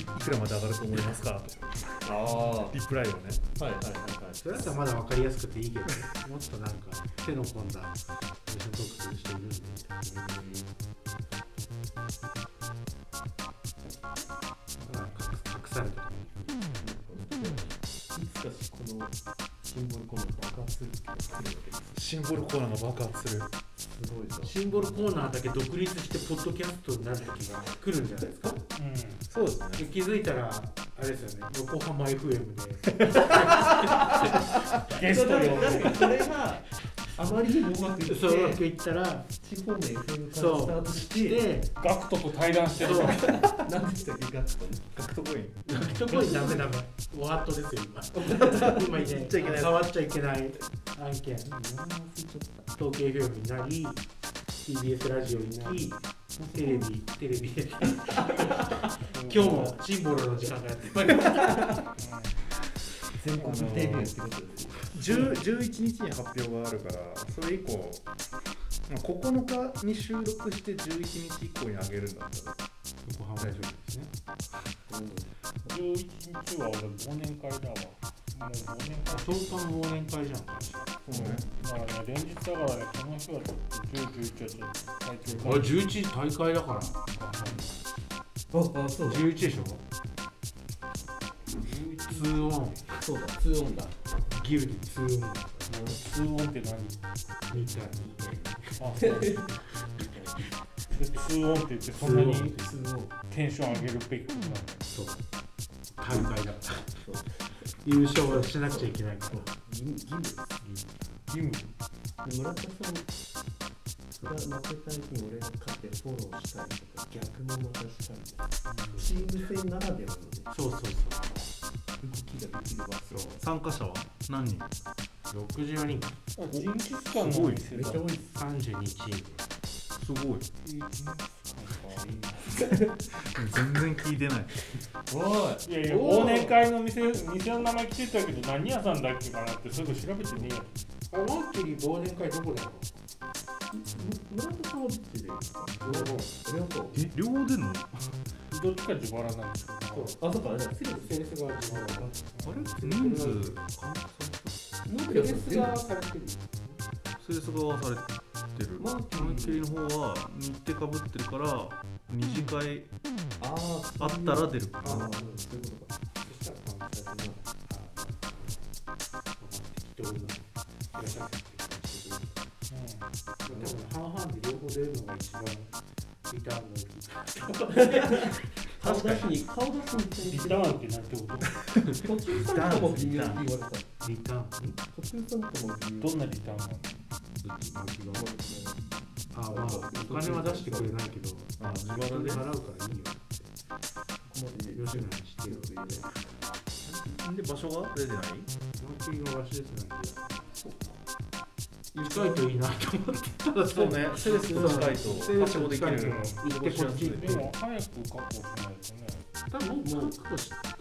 S2: いくらまで上がると思いますか
S4: ああ。は
S2: リプライをね
S4: いはいはい
S1: それだったらまだ分かりやすくていいけどもっとなんか手の込んだポジショントークする人いるんでだから隠された
S4: いつかしこのシンボルコーナー爆発する気がするわけで
S2: シンボルコーナーが爆発する
S4: す。すごいぞ。
S1: シンボルコーナーだけ独立してポッドキャストになる時が来るんじゃないですか
S2: そうですね
S1: で気づいたらあれですよね横浜 FM で
S4: ゲストで。だからこれがあまりにもうまくいって、
S1: そううまくいったら
S4: 地方の FM からスタ
S1: そう
S4: ートして、
S1: で
S3: ガクトと対談して
S1: そ
S3: る
S1: う
S4: なんでしたっけ、ガッツ
S2: 格闘コイン
S1: 泣くとこにダメダメワートですよ今今ね
S2: 言っちゃいけない
S1: 触っちゃいけない案件
S4: ポン。名前忘れちゃった。
S1: 統計 FM になり TBS ラジオになりテレビテレビ今日もシンボルの時間がやってまいりました
S4: 全国デビューってことですね。
S2: 10 11日に発表があるからそれ以降、まあ、9日に収録して11日以降に上げるんだったら
S1: 横浜 FM ですね
S3: 11日は俺忘年会だわもう忘年会
S1: 創刊忘年会じゃんか
S2: そうね
S3: だからね連日だからねこの日はちょっと1011はちょっと体調
S1: あれ11時大会だから
S4: あ、あ、そうだ。
S1: 11でしょ2オン
S4: そうだ。ツーオンだ。
S1: ギルディ2オン
S3: 通音って何
S1: みたいな
S3: あそうで通音って言ってそんなに
S4: ツーオン。
S3: テンション上げるべきことなんだ
S1: そう大会だから優勝はしなくちゃいけないから
S4: 銀銀です。
S3: 義務
S4: で村田さんが負けた時に俺が勝ってフォローしたりとか逆もまたしたりとかチーム戦ならではのね
S1: そうそう
S4: 動きができるわ
S1: そうそう
S2: 参加者は何人
S1: 64人
S3: あジンギスカンのお店
S4: めっ
S3: だ
S4: ちゃ多いっ
S1: 32チーム
S2: すごい
S3: ジンギスカンか
S2: 全然聞いてない
S4: すお
S3: い
S4: い
S3: やいや忘年会の店店の名前聞いてたけど何屋さんだっけかなってすぐ調べてねえよ
S1: あマッキリ忘年会どこだろ
S4: 村田さんはどっちでいいですか俺はそう
S2: え両方出んのあ
S3: どっちか自腹なんですけど
S4: あそうかあれだセレブ
S1: セレスが始まる
S2: れ人数
S4: なん
S1: セ
S4: で
S1: レスが
S4: あ
S1: されてる
S2: セレス側はされてる
S4: マーキー
S2: マーキュリーの方は日程かぶってるから二次会
S4: あ
S2: あったら出るか
S4: あ
S2: な
S4: あそういうことか
S1: そしたら関西の適当ないらっしゃってでも半々で両方出るのが一番リターンの
S4: 顔出しに顔出しに行
S3: リターンってなんてこと
S4: 途中さんとも微妙って言
S1: 大
S4: われた
S1: きいリターン
S4: 途中さんとも微妙
S3: どんなリターンなの
S1: あまあお金は出してくれないけど
S2: あ自
S1: 自
S2: 腹
S1: 分で
S2: で
S1: 払うからいいよ吉野にしてよ
S2: で場所が出てない
S1: マーキーがわしですなんて近いといいなと思ってただ
S2: そうねセレスと近いと
S1: セレスと
S2: 場所
S1: 近い
S2: でき
S1: と
S2: る
S1: 行ってこっち
S3: でも早く確保しないとね
S1: 多分もう過去知って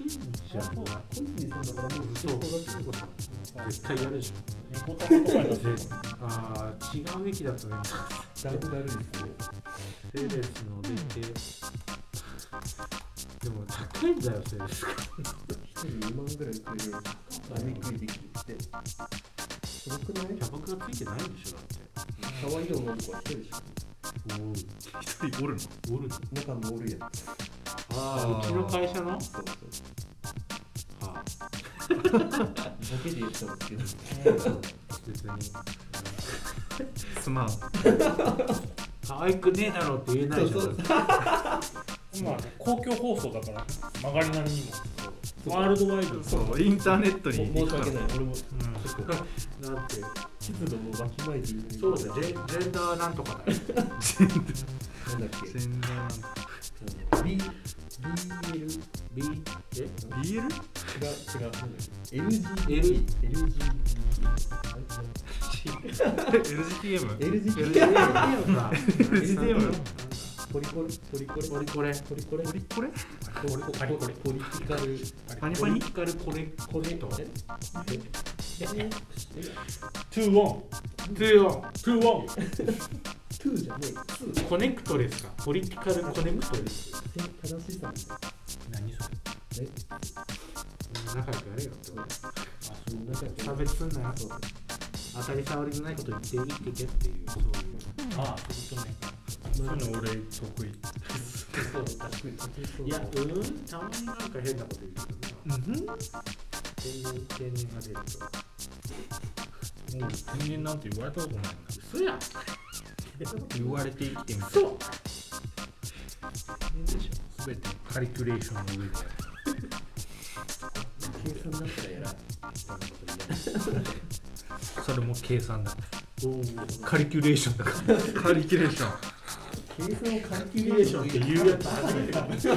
S1: るんじゃん
S4: 小泉さんだからもうずっとこだけのこと
S1: 絶対やるでしょ
S3: ニコタマとかになってる
S1: ああ違うべきだとね
S4: だいぶだるいですね
S1: セレスの出てでも高いんだよセレス
S4: 一人2万ぐらいくれる何食いできるってすごくない
S1: キャバクラついてないんでしょだっ
S4: 可愛い女の子は一人しか
S1: てお
S2: 一人おるの
S1: おおる
S4: 仲のおるやつ
S1: ああうちの会社のは
S4: そうそ
S1: あ
S4: うボケで言ったんですけど
S1: 別に
S2: すまん
S1: 可愛くねえだろって言えないじゃん
S4: そう
S3: 今はね公共放送だから曲がりなりにもワールドワイド
S2: そうインターネットに行くか
S4: 申し
S2: ら
S4: 訳ない俺も
S1: だって
S4: 湿度もわきまえていない
S1: そうだよジェジェンダーなんとかだよ
S4: なんだっけ
S2: 全然
S4: B BL
S1: B え
S2: BL?
S4: 違う違う LG LG あ
S2: LGTM?
S4: れ違う LG
S1: LGTM か
S2: LGTM
S4: ポリコレポリコレ
S1: これこれ
S4: ポリコレ
S2: これこれ
S4: ポリコレポリポリティカル
S1: パニパニカルこれこれと
S4: ええ
S3: 2 1トゥーワン
S4: トゥーじゃねえツー
S1: コネクトレスかポリティカルコネクトレス
S4: 正しいさん
S3: 何それ
S4: え
S1: 仲良くやれよってこと
S4: そんな感じ
S1: 差別すんなよ
S4: そう
S1: 当たり障りのないこと言って生きていけっていうそういう
S3: ああそういうことね
S4: まあ
S3: そういうの俺得意
S4: そう確かに確かにそう
S1: いや、うん、たまになんか変なこと言うけどな。
S3: うん
S1: 天然、天然が出ると。
S3: 人間なんて言われたことないんだ
S1: 嘘やん。
S3: 言われて生きてみて
S1: 嘘天然でし
S3: 全てカリキュレーションの上で
S4: 計算だったらやら
S3: それも計算だ
S1: ょ。おー
S3: カリキュレーションだから
S2: カリキュレーション
S4: 計算をカルキ
S1: キ
S4: ュ
S1: ュ
S4: レ
S1: レー
S4: ーシ
S1: シ
S4: ョ
S1: ョ
S4: ン
S1: ン
S4: っ
S1: ってて
S4: 言
S1: 言
S4: う
S1: う
S4: や
S1: や
S4: つ
S1: つ
S4: 初
S1: 初
S4: め
S1: め
S4: て
S1: て
S4: だ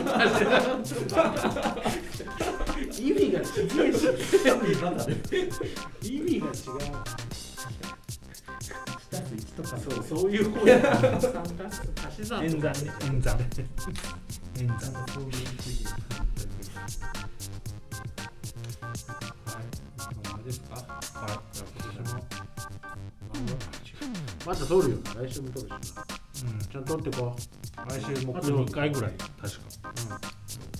S1: だ
S4: 意味が違うしバカで
S1: 意味が違う。
S4: 1たす1とか
S1: そう、そういう方やから。 足し算
S3: 演
S1: とか
S3: 算ね演算演
S4: なん
S3: 算
S4: かそういう次
S1: はい。そんなですかはい。じゃあ、今年も。また撮るよな。来週も撮るしな。ちゃんと撮ってこう。来週
S3: う
S1: も
S3: んあと2回ぐらい確か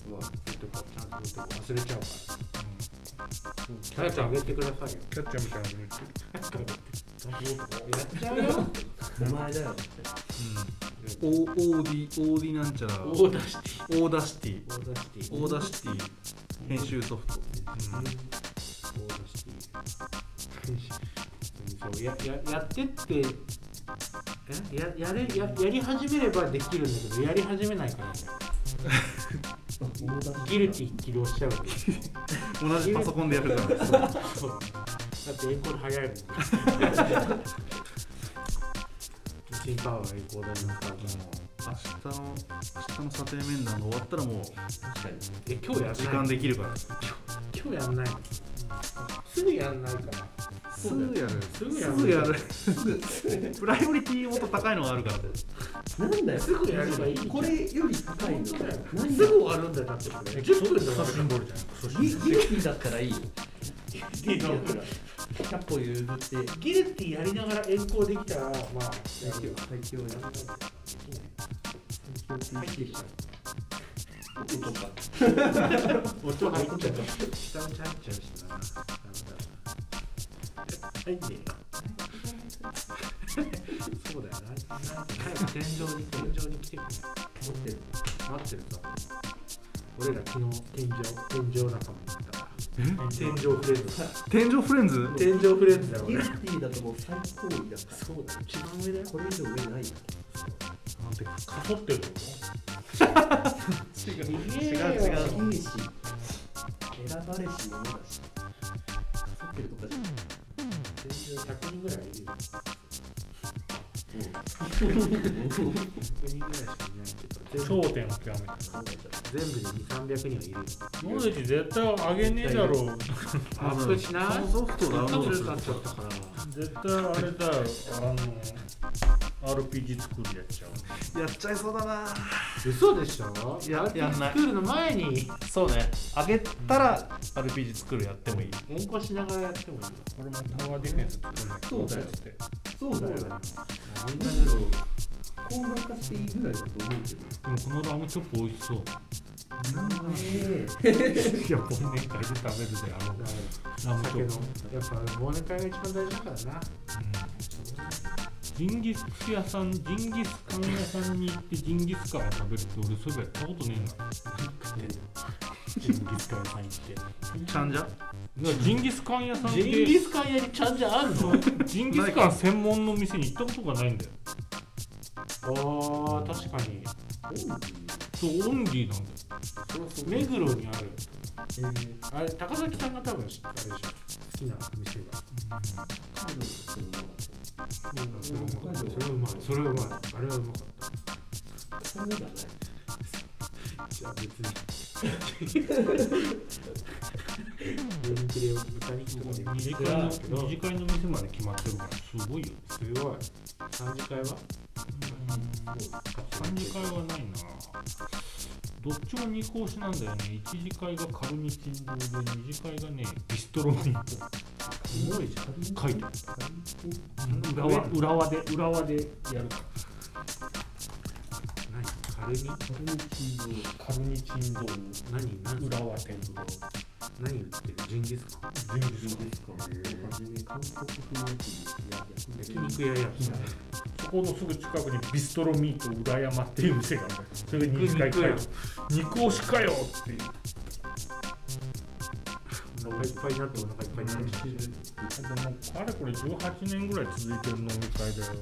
S1: うん。うわ、撮ってこう。ちゃんと撮ってこう。忘れちゃうから。早く上げてくださいよ。
S3: キャッチャーみたいなの言ってる
S1: やっちゃうよ。
S4: 名前だよ
S2: オーオーディオーディなんちゃら
S1: オ
S2: オ
S1: ーダーシティ。
S2: ーダーシティ
S1: オーダーシティ。
S2: オーダーシティ編集ソフト
S3: うん
S1: オーダーシティ。そうやややってってえややれややり始めればできるんだけどやり始めないからねギルティ起動しちゃうわけですよ
S2: 同じパソコンでやるから
S1: そうだってエンコード早いもん新パワーエンコードになったらもう
S2: 明日の明日の査定面談が終わったらもう
S4: 確かに
S1: え今日やんない
S2: 時間できるから
S1: 今日やんないすぐやんないから
S2: すぐやる
S1: すぐやる
S2: すぐやるプライオリティもっと高いのがあるから
S4: なんだよ
S1: すぐやればいいじゃん
S4: これより高いの
S1: 本当だよ
S4: 何
S1: す
S4: だ
S1: ぐ終わるんだよだってこれ10分で終わる
S3: シンボルじゃないクソシンボル
S4: ギギルティだったらいいよギルティだったら100歩譲って
S1: ギルティやりながら遠行できたらまあ
S4: 最強最強やる最強 PC じゃん音とか
S1: 音入っちゃう下をちゃっちゃうしな入ってそうだよな早く天井に天井に来てる
S4: 持ってる
S1: 待ってるぞ俺ら昨日天井天井仲間だったから天井フレンズ
S2: 天井フレンズ
S1: 天井フレンズだよ
S4: ギ
S1: 俺
S4: ルティだともう最高位だから
S1: そうだよ一番上だよ
S4: これ以上上ないよ
S1: 待って
S3: かそってるの
S1: 違
S2: 違う
S1: う違う
S4: いいし選ばれし者だし勝ってるとかじゃない
S1: 天井100人ぐらいいるよ100人ぐらいしかいないけど全
S3: 頂
S1: 部
S3: 点を極めた
S1: 全部で2 3 0 0人はいるよ
S3: 野口絶対上げねえだろう
S1: アップしない
S2: ソフトダウンロードする
S1: なっちゃったから
S3: 絶対あれだよあの RPG 作るやっちゃう
S2: やっちゃいそうだな
S1: 嘘でしょ
S2: ややんない
S1: スクールの前に
S2: そうねあげたら RPG 作るやってもいい
S1: 変更しながらやってもいいよ
S3: 俺もタワーディフェンス作るの
S4: そうだよそうだよだ
S1: みん
S4: け
S1: なで
S4: ど高額化していいぐらいだと思うけど
S3: でもこのラムチョップ美味しそう
S4: え
S3: いや忘年会で食べるであのラムチ
S1: 酒
S3: ョ
S1: の
S3: ップ
S1: やっぱ忘年会が一番大事だからな
S3: ジンギスク屋さん、ジンギスカン屋さんに行ってジンギスカンを食べるって俺そういえばやったことねえな。ジンギスカン屋さん行って。だか
S2: ちゃんじゃ
S3: らジンギスカン屋さんで
S1: ジンギスカン屋にちゃんじゃあるの
S3: ジンギスカン専門の店に行ったことがないんだよ。
S1: あー確かに
S3: そう、オンリーなんだよ。
S1: 目黒にある
S4: えー
S1: あれ高崎さんが多分知ったあれでしょ好きな店が
S4: 彼女とするのは
S1: それはうまいそれはうまいあれはうまかった
S4: そんなじゃない
S1: じゃあ別に鶏肉でよく豚肉とかでよ
S3: 二
S1: く作
S3: 次会
S1: るん
S3: の
S1: だけど
S3: 二次会の店まで決まってるからすごいよね
S1: すごい三次会は
S3: 三次会はないなどっちも二講師なんだよね一次会がカルニチン堂で二次会がねビストロマニア
S1: すごいじゃん
S3: 書いてある
S5: 裏は裏はで裏はでやるか
S1: 何カルミ
S3: カルニチン堂
S1: 何何
S3: 浦和店とか
S1: 何言ってるジンギスカン
S3: 全然す
S1: 焼肉屋やん
S3: そこのすぐ近くにビストロミート裏山っていう店があるんだよそれが二次会
S1: 肉
S3: か
S1: や
S3: よ
S1: ん
S3: 肉推しかよっていう
S1: お腹いっぱいになってお腹いっぱいになる
S3: でもあれこれ18年ぐらい続いてる飲み会だよ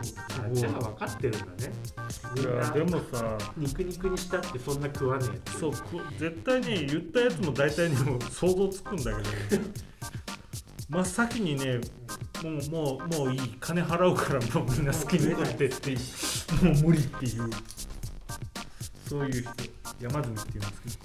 S1: あじゃあ分かってるんだねみん
S3: いやで
S1: な
S3: もさ
S1: 肉肉にしたってそんな食わねえってい
S3: そうこ絶対ね言ったやつも大体ねもう想像つくんだけど真っ先にねもうもうもういい金払うからもうみんな好きに食ってってもう無理っていうそういう人山積みっていうんですけど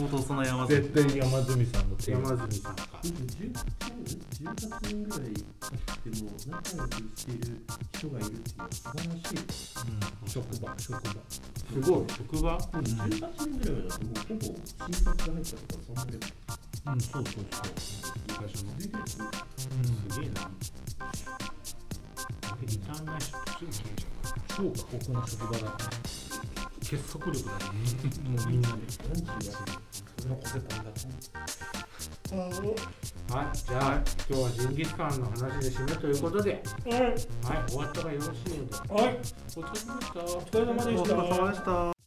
S2: とうとうその山で
S3: 絶対に山積みさんの手
S1: 山住さんか
S4: 18年ぐらい経っても仲良くしている人がいるっていうのは素晴らしいです
S3: 職場職場
S1: すごい職場
S4: でも18年ぐらいはだともうほぼ新卒が入ったとかそんなでも
S3: うんそうそう
S1: 会社の
S4: 出てると
S1: すげえなリターンないしすぐ消えちゃ
S3: そうそうか僕の職場だから結束力だねもうみんなで
S4: 何十や
S3: 残せたんだと
S1: うはいじゃあ今日はジンギスカンの話で締めということではい終わったがよろしいので
S3: はい
S1: お疲れ様でした
S3: お疲れ様で
S2: お
S3: し
S2: 疲れ
S3: た
S2: 様でした